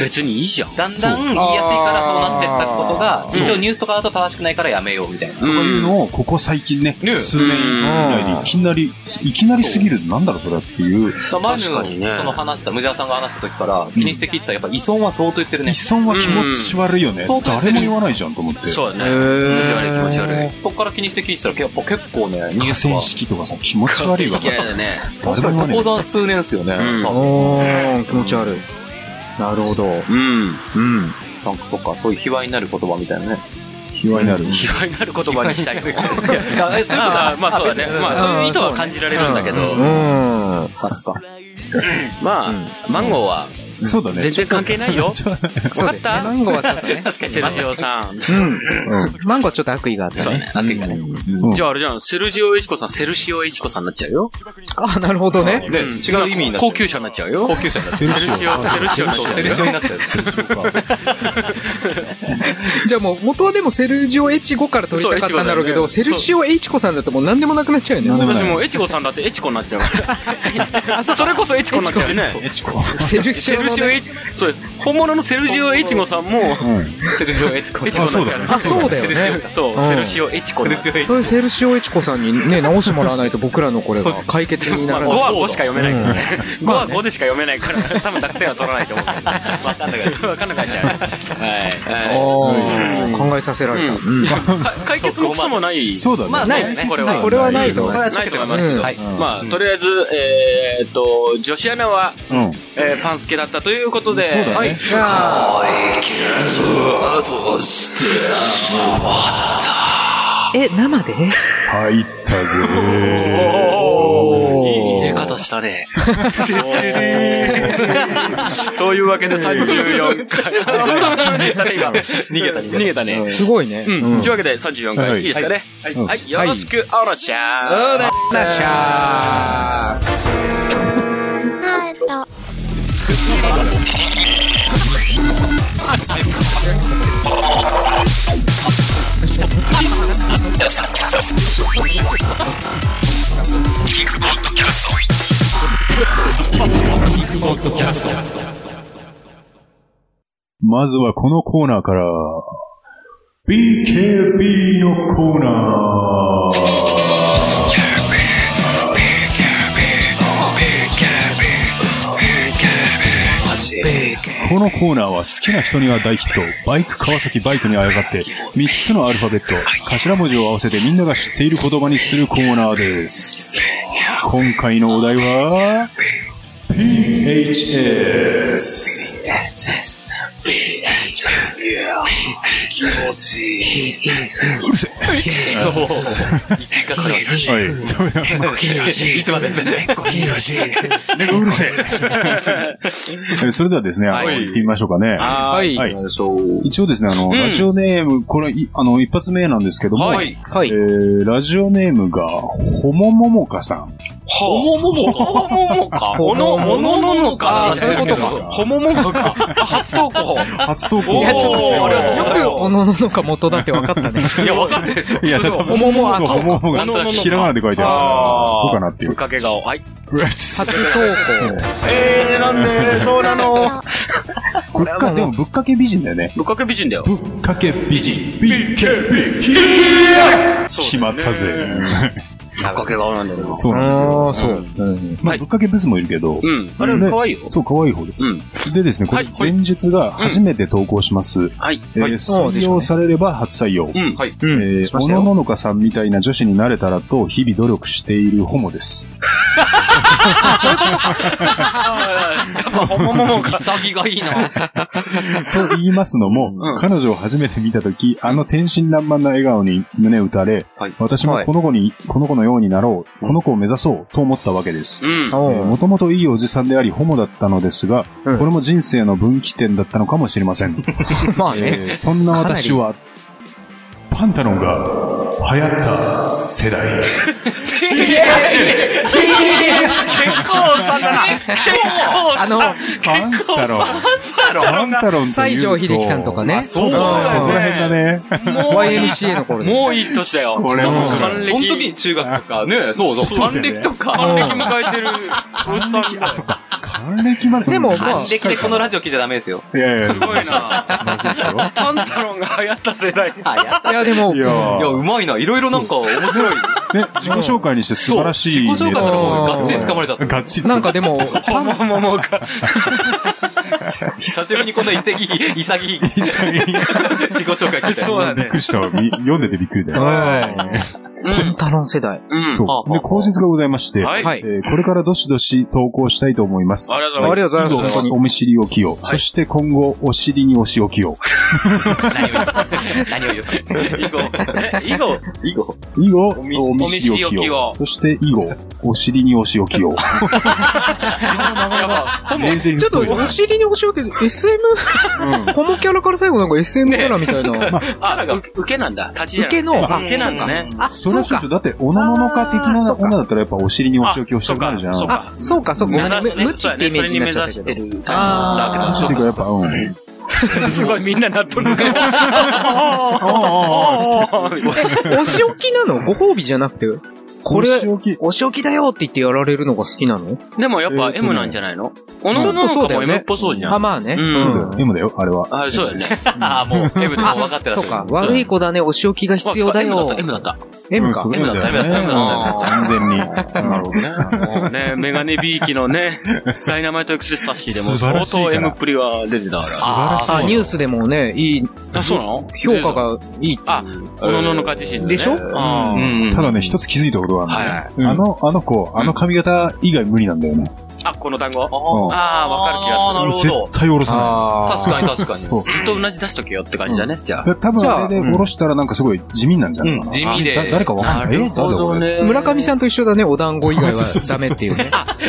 Speaker 3: 別にいいじゃん。
Speaker 7: だんだん言いやすいからそうなってったことが、一応ニュースとかだと正しくないからやめようみたいな。
Speaker 6: こういうのを、ここ最近ね、
Speaker 7: ね
Speaker 6: 数年以内でいきなり、いきなりすぎる、なんだろう、それはっていう。
Speaker 7: マヌ
Speaker 3: 確かにね
Speaker 7: ーその話した、無ジャーさんが話した時から、気にして聞いてたらやっぱ依存は相当言ってるね
Speaker 6: 依。存は気持ち悪いよね
Speaker 7: うん。
Speaker 6: 誰も言わないじゃんと思って。
Speaker 3: そうだね。
Speaker 5: ー
Speaker 3: 気持ち悪い気持ち悪い。
Speaker 7: そこから気にして聞いてたら、結構結構ね、ニュー
Speaker 6: 河
Speaker 7: スは
Speaker 6: 川。敷とかさ、気持ち悪いわ
Speaker 3: 好。き嫌いだね。
Speaker 6: 誰も言わ
Speaker 7: こ
Speaker 6: ない。
Speaker 7: こ数年ですよね。
Speaker 3: ん
Speaker 7: まあ
Speaker 5: おー、気持ち悪い。なるほど。
Speaker 3: うん。
Speaker 5: うん。
Speaker 7: なんかそっか、そういう卑猥になる言葉みたいなね。
Speaker 6: 気になる。
Speaker 3: 卑猥になる言葉にしたいの。
Speaker 7: いや、えそういうこと
Speaker 3: ああまあそうだね。まあそういう意図は感じられるんだけ
Speaker 5: う
Speaker 3: ど、
Speaker 5: ん。
Speaker 7: あそっか。
Speaker 3: まあ、マンゴーは
Speaker 6: そうだね。
Speaker 3: 全然関係ないよ。
Speaker 5: そうですね。マンゴーはちょっとね。
Speaker 7: 確か
Speaker 3: セルジオさん。
Speaker 5: うん。マンゴーはちょっと悪意があったね。
Speaker 7: なんていうかね。
Speaker 6: うん
Speaker 3: じゃああれじゃん、セルジオエチコさん、セルシオエチコさんになっちゃうよ。
Speaker 5: あ、なるほどね。
Speaker 7: ね、違う意味になっちゃう。
Speaker 3: 高級車になっちゃうよ。
Speaker 7: 高級車になっちゃ
Speaker 6: セルシオ
Speaker 3: オ、セルシオになっ
Speaker 7: う。
Speaker 3: ち
Speaker 7: セレ
Speaker 3: ゃう
Speaker 7: シオになっちゃう。
Speaker 5: じゃあもう、元はでもセルジオエチゴから取りたかったんだろうけど、
Speaker 3: そ
Speaker 5: セ
Speaker 3: うエチゴだよね
Speaker 5: ルシオエチコさんだともう何でもなくなっちゃうよ
Speaker 6: 何
Speaker 5: ね。
Speaker 6: で
Speaker 3: 私
Speaker 6: もない
Speaker 3: もうエチコさんだってエチコになっちゃうから。それこそエチコになっちゃうよね。
Speaker 6: エチコ。
Speaker 5: セルシ
Speaker 3: セ
Speaker 5: オの
Speaker 3: ル
Speaker 5: ね
Speaker 3: シオエチ、そう、本物のセルジオエチゴさんも、
Speaker 6: うん。
Speaker 7: セレシオエチコ
Speaker 3: エ。チコになっちゃう
Speaker 5: あ、そうだよね。
Speaker 3: そう、セルシオエチコになっちゃう。
Speaker 5: それセルシオエチコさんにね、直してもらわないと僕らのこれは解決に
Speaker 3: ま
Speaker 5: な
Speaker 3: あ、
Speaker 5: ら
Speaker 3: 5
Speaker 5: ない。
Speaker 3: は5しか読めないけどね。5は5でしか読めないから、多分濁点は取らないと思うけど。わかんなくなっちゃう。わかんなくなっちゃう。はい。
Speaker 5: あー考えさせられた。うん
Speaker 3: か解決もクソもない。
Speaker 6: そうだね。
Speaker 5: ない
Speaker 3: そうです
Speaker 5: で
Speaker 3: す
Speaker 5: ね。
Speaker 3: ねこれは
Speaker 5: これはないと思いま
Speaker 3: な
Speaker 5: す。
Speaker 3: いと思いますけ
Speaker 5: うん
Speaker 3: ど。はいまあ、とりあえず、えーっと、女子アナは、
Speaker 6: うん。
Speaker 3: えーパンスケだったということで。そうだ
Speaker 5: はい。じゃあ、え、生で
Speaker 6: 入 ったぜ
Speaker 3: おーいい入れ
Speaker 6: ー。
Speaker 3: 方したね。 というわけで34回。逃げた、逃げたね。
Speaker 5: すごいね。
Speaker 3: うん。というわけで34
Speaker 6: は
Speaker 3: 回。い
Speaker 6: い
Speaker 3: いですかね。はい。
Speaker 6: うん
Speaker 3: はいよろしくおろしゃー。
Speaker 5: なしゃー
Speaker 6: まずはこのコーナーから、BKB のコーナー。このコーナーは好きな人には大ヒット、バイク川崎バイクにあやかって、3つのアルファベット、頭文字を合わせてみんなが知っている言葉にするコーナーです。今回のお題は、PHS。うるせえ。はい。ダメだ。
Speaker 7: いつまで
Speaker 6: うるせえ。それではですね、あの
Speaker 3: はい
Speaker 6: 行ってみましょうかね。
Speaker 5: はい。
Speaker 6: はい。一応ですね、あの、ラジオネーム、これ、いあの、一発目なんですけども、
Speaker 7: は
Speaker 6: え
Speaker 7: い。
Speaker 5: はい。
Speaker 6: ーラジオネームが、ほもももかさん。
Speaker 3: ほもももか。ほももか。ほの、ほのののか。
Speaker 5: あーそういうことか
Speaker 3: ほもももか。あ初投稿。
Speaker 6: 初投稿。
Speaker 3: いやちょっと
Speaker 6: おー
Speaker 3: ありがとうございます
Speaker 5: よく、おのののか元だって分かった
Speaker 3: い
Speaker 5: ね。
Speaker 3: や、わかんないでしょ。
Speaker 6: いや、だって、ほももが、
Speaker 3: あそう
Speaker 6: ほももが
Speaker 3: ほもも、が
Speaker 6: ひらがなで書いてあ
Speaker 3: あー
Speaker 6: るんですよそうかなってい
Speaker 3: ぶっ
Speaker 6: う。
Speaker 3: かけ顔。はい。
Speaker 5: 初投稿。
Speaker 3: えー、なんで、そうなの。
Speaker 6: ぶっか、でもぶっかけ美人だよね。
Speaker 3: ぶっかけ美人だよ。
Speaker 6: ぶっかけ美人。BKB! 決まったぜ。
Speaker 3: ぶっかけ顔なんだよ。
Speaker 6: そうなんですよ。そう。うんま
Speaker 3: は
Speaker 6: あ、
Speaker 3: い
Speaker 6: ぶっかけブスもいるけど、
Speaker 3: うん。あれ、
Speaker 6: で
Speaker 3: 可愛いよ。
Speaker 6: そう、可愛い方で。
Speaker 3: うん。
Speaker 6: でですね、これ
Speaker 3: はい、はい
Speaker 6: 前述が初めて投稿します。
Speaker 3: はい。
Speaker 6: えー
Speaker 5: そう
Speaker 6: 採
Speaker 5: でしょう
Speaker 6: 用
Speaker 5: ね
Speaker 6: されれば初採用。
Speaker 3: うん。
Speaker 7: はい。
Speaker 5: う
Speaker 6: え
Speaker 5: ん。
Speaker 6: ー
Speaker 5: しま
Speaker 6: お
Speaker 5: した
Speaker 6: の
Speaker 5: よ。
Speaker 6: ののかさんみたいな女子になれたらと、日々努力しているホモです。
Speaker 3: や っぱ、ほもももか。
Speaker 7: 潔がいいな。
Speaker 6: と言いますのも、彼女を初めて見たとき、あの天真爛漫な笑顔に胸打たれ
Speaker 7: はい、
Speaker 6: 私もこの子に、この子のようになろう、この子を目指そうと思ったわけです。
Speaker 3: うん。
Speaker 6: もともといいおじさんであり、ホモだったのですが、
Speaker 5: うん
Speaker 6: これも人生の分岐点だったのかもしれません。
Speaker 5: まあね。
Speaker 6: えーそんな私は、パンタロンが流行った世代。
Speaker 3: 結構おっさんだな。 結構おっさん
Speaker 5: あの、
Speaker 6: パンタロン。パンタロンというと
Speaker 5: 西城秀樹さんとかね。
Speaker 6: そうだね。
Speaker 5: うん
Speaker 6: そこら辺だね。
Speaker 3: もう
Speaker 5: YMCA の頃で。
Speaker 3: もういい年だよ。
Speaker 6: 俺も
Speaker 3: 還暦
Speaker 7: その時に中学とかね、そうそう、
Speaker 6: そうだよ
Speaker 7: 還
Speaker 6: ね
Speaker 7: 暦と
Speaker 3: 還
Speaker 7: か。
Speaker 3: 暦迎えてるおっさんだ。す
Speaker 6: 還暦まで。
Speaker 5: でもま
Speaker 7: 還
Speaker 5: あ
Speaker 7: 暦でこのラジオ聞いちゃダメですよ。
Speaker 6: いやいや、す
Speaker 3: ごい。な。パンタロンが流行った世代。
Speaker 7: あ、やっ
Speaker 5: いや、でも
Speaker 6: い、や
Speaker 7: いや、うまいな。いろいろなんか面白い。
Speaker 6: ね、自己紹介にして素晴らしいね。
Speaker 7: そう自己紹介
Speaker 5: からもう
Speaker 6: ガ
Speaker 5: が
Speaker 6: ッ
Speaker 5: っ
Speaker 6: チ
Speaker 5: ち
Speaker 6: リ
Speaker 5: り
Speaker 7: 掴まれちゃった
Speaker 6: ガッチリ
Speaker 5: なん
Speaker 6: 掴ま
Speaker 5: かでも、
Speaker 3: ほもももか。
Speaker 7: 久しぶり にこんな潔い、潔い、
Speaker 6: れた。
Speaker 7: 自己紹介みたい
Speaker 3: そう
Speaker 7: な。
Speaker 3: だ
Speaker 6: びっ
Speaker 3: ね。
Speaker 6: くりしたわ。み読んでてびっくりだよ。
Speaker 3: う
Speaker 5: パン
Speaker 3: ん。
Speaker 5: タロン世代。
Speaker 3: うん。
Speaker 6: そ
Speaker 7: はあは
Speaker 6: う。
Speaker 7: あ
Speaker 6: で、口実がございまして、
Speaker 3: はい
Speaker 5: は
Speaker 6: え
Speaker 5: い。
Speaker 6: ーこれからどしどし投稿したいと思います。
Speaker 3: ありがとうござい
Speaker 5: あ
Speaker 3: ます。
Speaker 5: りがとうございます。
Speaker 6: お見知りおきを。そして今後、お尻にお仕置きを。
Speaker 7: 何を言う
Speaker 3: 以後、え、以後、
Speaker 7: 以後。
Speaker 6: 以後、
Speaker 3: お見
Speaker 6: お見知りお
Speaker 3: お見知
Speaker 6: き
Speaker 3: りおき
Speaker 6: を。
Speaker 3: を
Speaker 6: そして以後、お尻にお仕置きを。
Speaker 3: やば
Speaker 6: 冷静に
Speaker 5: ちょっと、
Speaker 6: 太いな
Speaker 5: お尻に押し分けて、SM、ホモキャラから最後なんか SM キャラみ たいな。
Speaker 3: い。あ、う受けなんだ。立ちじゃなくて
Speaker 5: 受けの
Speaker 3: 受けなんだね。
Speaker 5: あ、
Speaker 6: それ
Speaker 5: そ
Speaker 6: は
Speaker 5: う
Speaker 6: そ
Speaker 5: か
Speaker 6: うでしょ。。だって、おのののか的
Speaker 5: あーそ
Speaker 6: な
Speaker 5: うか
Speaker 6: 女だったらやっぱお尻にお仕置きをしたくなるじゃん。
Speaker 3: そうか。
Speaker 5: そうか、そうか。
Speaker 3: 目指
Speaker 5: む
Speaker 3: す
Speaker 5: むちってイメージになっちゃった
Speaker 3: それ
Speaker 5: けど
Speaker 3: に目指してる。タイプ
Speaker 5: あ
Speaker 3: だ
Speaker 5: ー
Speaker 3: けど、
Speaker 6: ていうかやっぱ、うん。
Speaker 3: すごいみんな納得が。
Speaker 5: え、お仕置きなのご褒美じゃなくて、これ
Speaker 6: お仕置き。
Speaker 5: お仕置きだよって言ってやられるのが好きなの
Speaker 3: でもやっぱ
Speaker 6: えーとね
Speaker 3: M なんじゃないのおのおののかも M っぽそうじゃ
Speaker 5: あ、
Speaker 3: ん。
Speaker 5: まあね。
Speaker 3: う
Speaker 5: うん
Speaker 6: そうだよ
Speaker 5: ん。
Speaker 6: でもだよ、あれは。
Speaker 3: あ、そうだよね。
Speaker 7: ああ、もう、M でもう分かってらっし
Speaker 5: そ
Speaker 7: ゃ
Speaker 5: う
Speaker 7: る。
Speaker 5: か。悪い子だね、お仕置きが必要だよ。
Speaker 3: M だった。
Speaker 5: M
Speaker 6: う
Speaker 5: か
Speaker 6: ん。そう
Speaker 3: M だった。
Speaker 6: だよ
Speaker 3: M だった。M だった。
Speaker 6: 完全に。なるほどね。
Speaker 3: もう ね、メガネビーキのね、ダイナマイトエクセスタシーでも
Speaker 6: 素晴ら
Speaker 3: 相
Speaker 6: しいから
Speaker 3: 当 M っぷりは出てたか
Speaker 5: あ、ニュースでもね、いい、
Speaker 3: ら。あ、そうなの
Speaker 5: 評価。がいい。
Speaker 3: あ、おのののか自身
Speaker 5: でしょ
Speaker 3: あー
Speaker 7: うん。
Speaker 6: ただね、一つ気づいたことがあるんだよね。あの、あの子、あの髪型以外無理なんだよね。
Speaker 3: あ、この単
Speaker 6: う
Speaker 3: 語。
Speaker 6: ん
Speaker 3: ああ、わかる気がする。
Speaker 7: なるほど
Speaker 6: 絶対下ろさな
Speaker 5: あ
Speaker 7: 確かに確か
Speaker 6: い。
Speaker 7: に。
Speaker 6: そう。
Speaker 3: ずっと同じ出しとけよって感じだね、じゃあ。
Speaker 6: だ多分あれで下ろしたらなんかすごい地味なんじゃないかな。
Speaker 7: 地味
Speaker 6: だ
Speaker 7: で。
Speaker 6: 誰かわかんない。え誰だこれ。
Speaker 3: ね
Speaker 5: 村上さんと一緒だね、お団子以外はダメっていうね。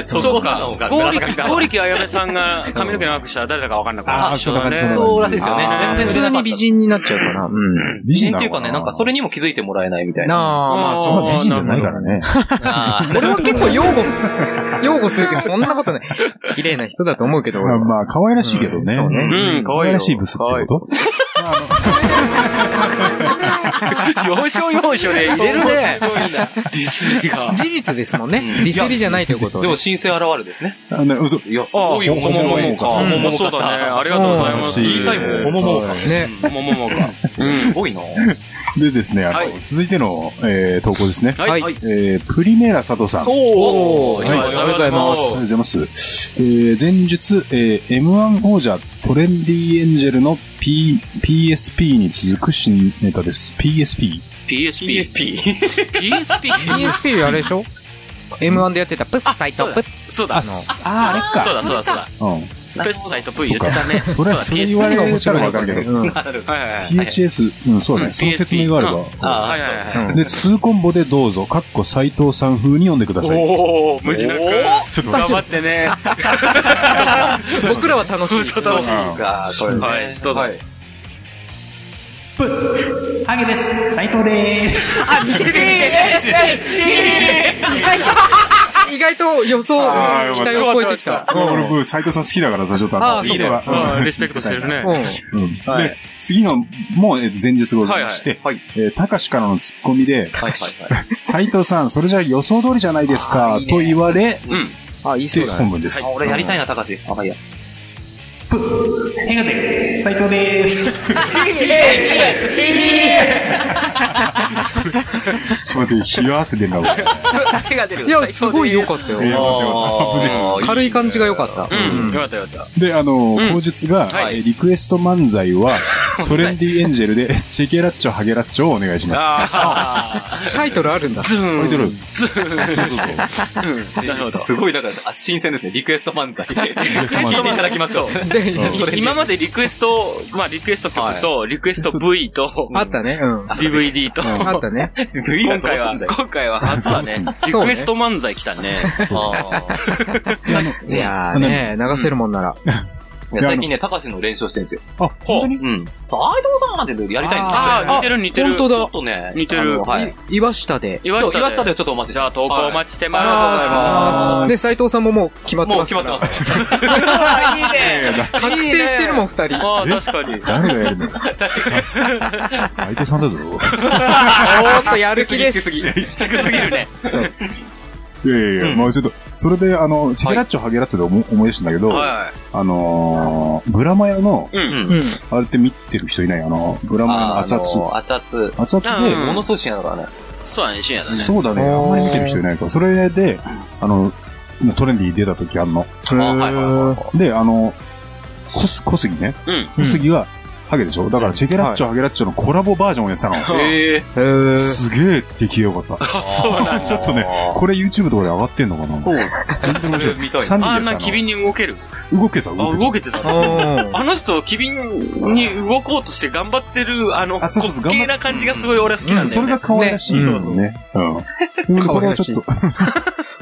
Speaker 3: そうか
Speaker 7: そうか。
Speaker 3: ゴー
Speaker 7: 村上
Speaker 3: リ
Speaker 7: さ
Speaker 3: キ、
Speaker 7: ん
Speaker 3: ゴーリキあやめさんが髪の毛長くしたら誰だかわかんなくなる。
Speaker 6: あーそうだね
Speaker 7: そうらしいですよね。
Speaker 3: あー
Speaker 7: 全然知ら
Speaker 5: 普通
Speaker 7: なかっ
Speaker 5: に
Speaker 7: た
Speaker 5: 美。人になっちゃうから。うん。
Speaker 6: 美
Speaker 7: 美人
Speaker 6: 人
Speaker 7: っ
Speaker 6: な
Speaker 7: てい
Speaker 6: の
Speaker 7: うかね、なんかそれにも気づいてもらえないみたい
Speaker 5: な
Speaker 7: な。
Speaker 5: あ、まあ
Speaker 6: そ
Speaker 5: そ
Speaker 6: ん
Speaker 5: う
Speaker 6: な美人じゃないからね。
Speaker 7: あー
Speaker 5: 俺は結構擁護、擁護するけど、そんなことない。綺麗な人だと思うけど。
Speaker 6: まあまあ、可愛らしいけどね。
Speaker 5: そうね
Speaker 3: うん、か
Speaker 6: 可
Speaker 3: わいいよ
Speaker 6: 愛ら。しいブスってこと
Speaker 3: 要所要所 で入れるね。ディスりが。
Speaker 5: 事実ですもんね。ディスりじゃないということは
Speaker 7: でも、新生現るですね。
Speaker 6: あの、嘘。
Speaker 7: いや、す
Speaker 3: あ、
Speaker 7: ごい面白い。
Speaker 6: もか
Speaker 3: ほもも
Speaker 7: ほももか
Speaker 3: そうだね。ありがとうございます。
Speaker 7: 言いたいもんほももか
Speaker 5: ね。
Speaker 3: ほももか。
Speaker 7: すごいな。
Speaker 6: でですね、あの
Speaker 3: はい
Speaker 6: 続いての、えー投稿ですね。
Speaker 3: はい。
Speaker 5: はい
Speaker 6: えープリメラ佐藤さん。あり
Speaker 5: お
Speaker 3: は
Speaker 5: ー、
Speaker 3: い
Speaker 5: ありがとうござい
Speaker 6: が
Speaker 5: ま
Speaker 6: とう
Speaker 5: す。
Speaker 6: ございます。えー前述、えー M1 王者トレンディエンジェルの P、PSP に続く新ネタです。PSP?
Speaker 3: PSP。PSP。PSP?
Speaker 5: PSP あれでしょ ?M1 でやってた、プッサイト、プッ
Speaker 3: そうだ。そう
Speaker 6: ああ、あれ
Speaker 3: だ、そうだ、そうだ。
Speaker 6: か。うん。
Speaker 3: プッサイと V 言ってたね。
Speaker 6: それは、それ言われたらわかるけど。
Speaker 5: う
Speaker 3: は
Speaker 5: ん
Speaker 3: いはいはい。
Speaker 6: PHS、うん、そうだね。その説明があれば。
Speaker 3: あはいはいはい。
Speaker 6: で、2コンボでどうぞ、かっこ斎藤さん風に読んでください。
Speaker 3: おお無事なく。
Speaker 6: ちょっと
Speaker 3: 頑張ってね。
Speaker 5: 僕らは楽しい。
Speaker 3: 嘘楽しい。
Speaker 7: か、これ。
Speaker 3: はい、どうぞ。
Speaker 2: ハゲです斉藤です
Speaker 5: あ、似てる似てる似てる外と予想、
Speaker 6: あーよ
Speaker 5: 期
Speaker 6: かった
Speaker 5: 待を超えてきた。
Speaker 6: うん俺、僕、斎藤さん好きだからさ、ちょっと
Speaker 5: あー
Speaker 6: の、
Speaker 5: そう
Speaker 3: いいね。
Speaker 6: ここは
Speaker 3: うんリスペクトしてる。ね。
Speaker 6: うんで、次の、もう、えっと、前日ございまして、
Speaker 7: はい
Speaker 6: えー、たかしからのツッコミで、
Speaker 7: はいはいはい。
Speaker 6: 斎藤さん、それじゃ予想通りじゃないですか、と言われ、
Speaker 8: あ、言いそう
Speaker 6: で、
Speaker 8: だね。
Speaker 6: 本文です
Speaker 7: あ、。俺やりたいな、高橋。あ、まあいいや。
Speaker 6: 斎藤でーす。ちょっと待って、冷や汗出んだもん。
Speaker 5: いや、すごい良かった
Speaker 6: えー
Speaker 5: よ。軽い感じが良かった。
Speaker 3: うん。よかったよかっ
Speaker 6: で、あの、口述が、えーリクエスト漫才は、トレンディエンジェルで、チェケラッチョ、ハゲラッチョをお願いします。
Speaker 5: タイトルあるんだ。
Speaker 6: これでるそうそう
Speaker 3: た。なるほど。
Speaker 7: すごい、だから、あ新鮮ですね。リクエスト漫才。聞いていただきまし ょう。
Speaker 3: 今までリクエスト、まあリクエスト曲と、リクエスト V と、
Speaker 5: あったね。うん。
Speaker 3: DVD と、
Speaker 5: あったね。
Speaker 3: 今回は、今回は初だね。リ
Speaker 5: そうね
Speaker 3: クエスト漫才来たね。
Speaker 5: いや
Speaker 6: あ
Speaker 5: ー
Speaker 6: の
Speaker 5: ね、流せるもんなら。
Speaker 7: いや最近ね、高橋の練習をしてるんですよ。
Speaker 6: そう。あ、
Speaker 3: ほう。
Speaker 7: うん。アイドルさんなんてやりたいんだ
Speaker 3: ああ、似てる似てる。
Speaker 5: 本当
Speaker 7: ちょ
Speaker 5: だ
Speaker 7: っ。とね、
Speaker 3: 似てる
Speaker 7: あのはい。
Speaker 5: い岩下で。
Speaker 3: 岩
Speaker 7: 今日、岩
Speaker 3: 下
Speaker 7: 下
Speaker 3: で。
Speaker 7: でちょっとお待ちし
Speaker 3: じゃあ投稿お
Speaker 7: はい
Speaker 3: 待ちしてます。
Speaker 5: あ
Speaker 6: あ
Speaker 5: ー
Speaker 6: ー
Speaker 5: で、斎藤さんももう決まって
Speaker 7: もう
Speaker 5: ます
Speaker 7: 決
Speaker 5: か
Speaker 7: ま
Speaker 5: ら。
Speaker 7: ってます。
Speaker 5: 確定してるもん、二人。
Speaker 3: ああ、確かに。
Speaker 6: 誰がやるのさ斎藤さんだぞ。
Speaker 5: おーっと、やる気です。
Speaker 3: 低すぎるね。
Speaker 6: いやいやいや、もうちょっと、それで、あの、チェケラッチョ、ハゲラッチョで思思い出したんだけ ど、
Speaker 3: は
Speaker 6: あのー、ブラマヨの、
Speaker 3: い。う
Speaker 7: うん
Speaker 3: ん。
Speaker 5: うん。
Speaker 6: あれって見てる人いないあの、ブラマヨの
Speaker 7: あ
Speaker 6: 熱
Speaker 7: ーあ
Speaker 6: 々。
Speaker 7: の熱々。
Speaker 6: 熱々で、
Speaker 3: うん
Speaker 7: ものすごい深夜だからね。
Speaker 3: そうだね、深夜だね。
Speaker 6: そうだね、あんまり見てる人いないから、それで、あの、トレンディー出た時あんの。
Speaker 7: はいはいは
Speaker 6: で、あの、小す小杉ね。
Speaker 3: うん
Speaker 6: 小杉は、ハゲでしょだから、チェケラッチョ、ハゲラッチョのコラボバージョンをやってたの。
Speaker 7: ええ。
Speaker 6: すげえ出来よかった。
Speaker 3: あ、そうなん
Speaker 6: ちょっとね、これ YouTube とかで上がってんのかな
Speaker 7: 面白い。見たいな。
Speaker 6: 三
Speaker 3: あん
Speaker 6: 人で
Speaker 3: な
Speaker 6: や
Speaker 3: 機
Speaker 6: って
Speaker 3: 敏に動ける。
Speaker 6: たの動けた、
Speaker 3: あ、
Speaker 6: 動
Speaker 3: 動
Speaker 6: け
Speaker 3: けてた。
Speaker 5: うん
Speaker 3: あの人、機敏に動こうとして頑張ってる、あの、
Speaker 6: あそうそうそう
Speaker 3: 滑稽な感じがすごい俺は好きな
Speaker 6: た。
Speaker 3: んだ
Speaker 6: そ
Speaker 3: よ
Speaker 6: れ
Speaker 3: ね
Speaker 6: が。可愛らしいよね。うん。
Speaker 5: 可
Speaker 6: こ
Speaker 5: 愛
Speaker 6: れ
Speaker 5: ら
Speaker 6: は
Speaker 5: しい
Speaker 6: ちょっと、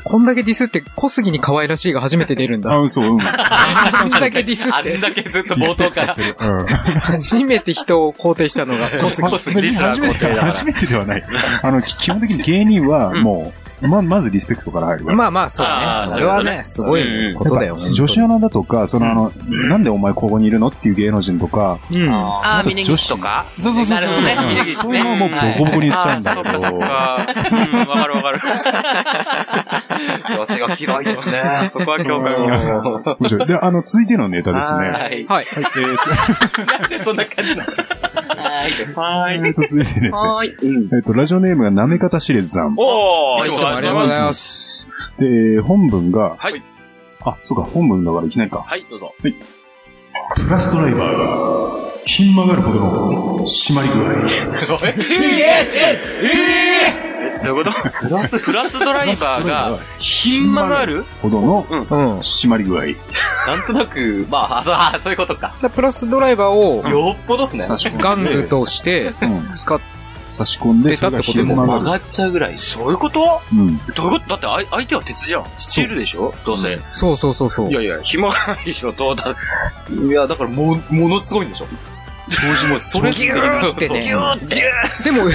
Speaker 5: こんだけディスって、小杉に可愛らしいが初めて出るん だ。
Speaker 6: あ、そう、うん。
Speaker 5: こんだけディス
Speaker 7: あ
Speaker 5: っ
Speaker 7: れ
Speaker 5: て、
Speaker 7: だけずっと冒頭から。
Speaker 6: うん。
Speaker 5: 初めて人を肯定したのが小杉。
Speaker 6: まあ別に初めて、初めてではない。あの、き基本的に芸人は、もう、ま、まずリスペクトから入るわ。
Speaker 5: まあまあ、そう
Speaker 3: あー。
Speaker 5: ねそれは
Speaker 3: そういうこと
Speaker 5: ね、すごいことだよ。
Speaker 6: なんか女子アナだとか、そのあの、なんでお前ここにいるのっていう芸能人とか、
Speaker 5: うん。
Speaker 3: あ
Speaker 6: あと女子とかそうそうそうそう。
Speaker 7: なるほどね
Speaker 6: うんそういうのはもうボコボコに言っちゃうんだ
Speaker 3: そ
Speaker 6: け
Speaker 3: っかそっか。う
Speaker 6: ど。
Speaker 3: ん、わかるわかる。
Speaker 7: 女性が嫌いですね。
Speaker 3: そこは共感が。
Speaker 6: 面白いで、あの、続いてのネタですね。はい、
Speaker 7: い。
Speaker 5: はい。
Speaker 6: えーつ
Speaker 7: そんな感じなの。
Speaker 6: えーと、続いてですね。
Speaker 3: はい。
Speaker 6: えっと、ラジオネームがなめかたしれずさん。。
Speaker 3: おー、
Speaker 5: いつ
Speaker 3: い
Speaker 5: も
Speaker 3: つもあ
Speaker 5: あ
Speaker 3: り
Speaker 5: り
Speaker 3: がとう
Speaker 5: がとう
Speaker 3: ご
Speaker 5: ご
Speaker 3: ざ
Speaker 5: ざ
Speaker 3: い
Speaker 5: い
Speaker 3: ま
Speaker 5: ます
Speaker 6: で、本文が、
Speaker 3: はい。
Speaker 6: あ、そうか、本文だからいきないか
Speaker 3: す。。はい、どうぞ。
Speaker 6: プラスドライバーが、ひん曲がるほどの締まり具合。
Speaker 3: どういうことプラスドライバーが、ひん曲がる
Speaker 6: ほどの
Speaker 5: うん。
Speaker 6: 締まり具合。
Speaker 7: なんとなく、まああそうあ、そういうことか。
Speaker 5: でプラスドライバーを
Speaker 7: よっぽどっすね。
Speaker 6: し込んで
Speaker 5: ガングとして
Speaker 6: うん
Speaker 5: 使っ
Speaker 6: 差し込んで、
Speaker 5: 出たってこと
Speaker 6: それがひん曲
Speaker 7: 曲
Speaker 6: がる。
Speaker 7: がっちゃうぐらい。
Speaker 3: そういうこと
Speaker 6: うん。
Speaker 3: どういうことだってあい相手は鉄じゃん。スチールでしょどうせ。
Speaker 5: そうそうそうそう
Speaker 3: い。やいや、暇がないでしょ、どうだ。
Speaker 7: いや、だから、も、ものすごいんでしょ。
Speaker 6: 調子も、
Speaker 7: そ れ
Speaker 5: ギューってね。でも、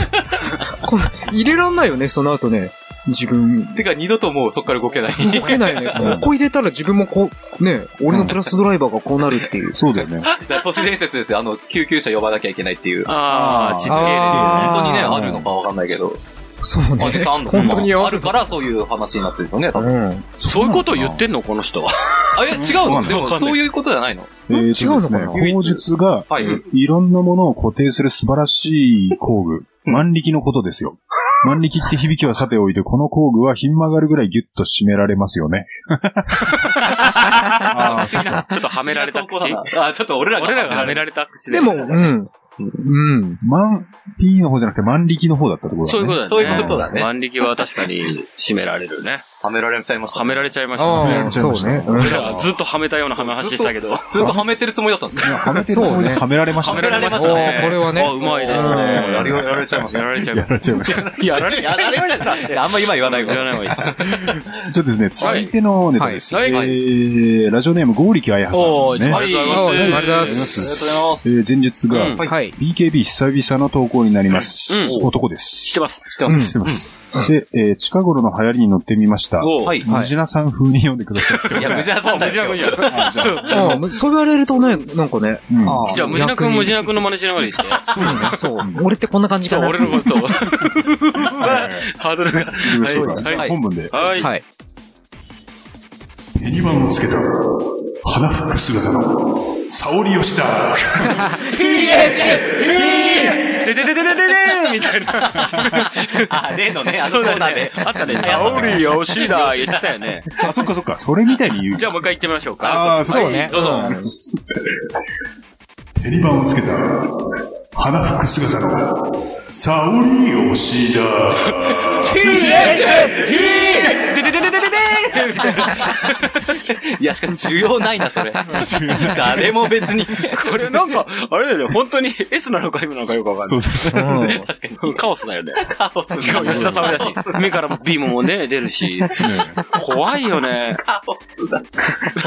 Speaker 5: この入れらんないよね、その後ね。自分、
Speaker 7: てか、二度ともうそっから動けない。
Speaker 5: 動けないよね。ここ入れたら自分もこう、ね、俺のプラスドライバーがこうなるっていう。
Speaker 6: そうだよね。
Speaker 7: だから都市伝説ですよ。あの、救急車呼ばなきゃいけないっていう。
Speaker 3: あー、
Speaker 6: あー
Speaker 3: 実現
Speaker 5: あー
Speaker 7: 本当にね、あるのかわかんないけど。
Speaker 5: そうね
Speaker 7: あ、。実際あんの
Speaker 5: 本当に
Speaker 7: あ
Speaker 5: あ
Speaker 7: る
Speaker 5: る
Speaker 7: からそういう話になってるんですよね、多分。
Speaker 5: うん。
Speaker 3: そういうことを言ってんのこの人は。
Speaker 7: あ、え、違う
Speaker 6: わかん
Speaker 7: の
Speaker 6: ない
Speaker 7: でも、そういうことじゃないの
Speaker 6: えーと
Speaker 5: 違うのかな
Speaker 6: ですね口述が、
Speaker 7: はい。
Speaker 6: いろんなものを固定する素晴らしい工具。万力のことですよ。万力って響きはさておいて、この工具はひん曲がるぐらいギュッと締められますよね。
Speaker 7: あ、不思議な。
Speaker 3: ちょっとはめられた 口
Speaker 7: 不思議な投稿だなあ、ちょっと俺らが。
Speaker 3: 俺らがはめ
Speaker 7: れ
Speaker 3: られた口で。
Speaker 5: でも、うん。うん。
Speaker 6: 万、P の方じゃなくて万力の方だったところだね。
Speaker 3: そういうことだね。
Speaker 7: そういうことだね
Speaker 3: 万力は確かに締められるね。
Speaker 7: はめられちゃいました。
Speaker 3: はめられちゃいましたね。
Speaker 5: ああ、そうね。うん
Speaker 3: 俺らはずっとはめたような話したけど。は
Speaker 7: ずっとはめてるつもりだったんです
Speaker 6: い
Speaker 7: よ。
Speaker 6: やはめてるつもりではめられました
Speaker 7: はめられました
Speaker 5: お
Speaker 7: ね。
Speaker 5: ーこれはね
Speaker 3: あ、うまいですね。
Speaker 5: うん
Speaker 3: やりやられちゃいます。やられちゃい
Speaker 6: や
Speaker 3: ます。
Speaker 6: られちゃいました。
Speaker 3: やられちゃい
Speaker 7: やられちゃったって。あんま今言わない
Speaker 3: 言わ
Speaker 7: わ。
Speaker 3: ない方がいいですね。
Speaker 6: ちょっとですね、続いてのネタです。
Speaker 3: はいはい
Speaker 6: えー、ラジオネーム、剛力彩
Speaker 3: お
Speaker 6: 葉
Speaker 3: ー、
Speaker 6: さん、ね。
Speaker 3: ありがとうございます。
Speaker 5: ありがとうございます
Speaker 7: ありがとうございます。
Speaker 6: えー、前述が、
Speaker 3: うん
Speaker 5: はい。
Speaker 6: BKB 久々の投稿になります。
Speaker 3: うん
Speaker 6: 男で
Speaker 3: 知っ
Speaker 6: す。
Speaker 3: てます。
Speaker 6: 知ってます。で、えー近頃の流行りに乗ってみましした。
Speaker 3: おう
Speaker 7: はい。
Speaker 6: ムジナさん風に読んでくださいって
Speaker 7: いや、無事なさんだ
Speaker 3: ムジナ
Speaker 7: よ。
Speaker 3: 君じゃん。
Speaker 6: あじゃあ
Speaker 9: うんそう言われるとね、なんかね。
Speaker 6: うん
Speaker 9: あー
Speaker 3: じゃあ、ムジナ君、ムジナ君の真似しながら言って。
Speaker 9: うんそう。俺ってこんな感じ
Speaker 3: そ
Speaker 9: か
Speaker 3: う、
Speaker 9: な。
Speaker 3: 俺のも そう。
Speaker 6: はい
Speaker 3: ハードルが。
Speaker 6: 行きましょうか
Speaker 3: はいはい
Speaker 6: 本文で。
Speaker 3: はい。
Speaker 9: はい。
Speaker 6: ミニマムをつけた、花フック 姿の、沙織吉だ。
Speaker 3: でででででででーみたいな。
Speaker 7: あ、例のね、あのコーナーで。
Speaker 3: あったね。サオリヨシダ言ってたよね。
Speaker 6: あ、そっかそっか、それみたいに言う。
Speaker 3: じゃあもう一回言ってみましょうか。
Speaker 6: ああ、そうね。
Speaker 3: どうぞ。
Speaker 6: 手に番をつけた、花服姿の、沙織推しだ。
Speaker 3: でででででででーみたいない
Speaker 7: や、しかし需要ないな、それ。誰も別に。
Speaker 3: これなんか、あれだよね。本当に S なのか M なのかよくわかんな
Speaker 6: そうそうそう。
Speaker 7: 確かに。
Speaker 3: い。カオスだよね。
Speaker 7: カオス。
Speaker 3: しかも吉田さんだし、目からもビームもね、出るし。怖いよね。
Speaker 7: カオスだ。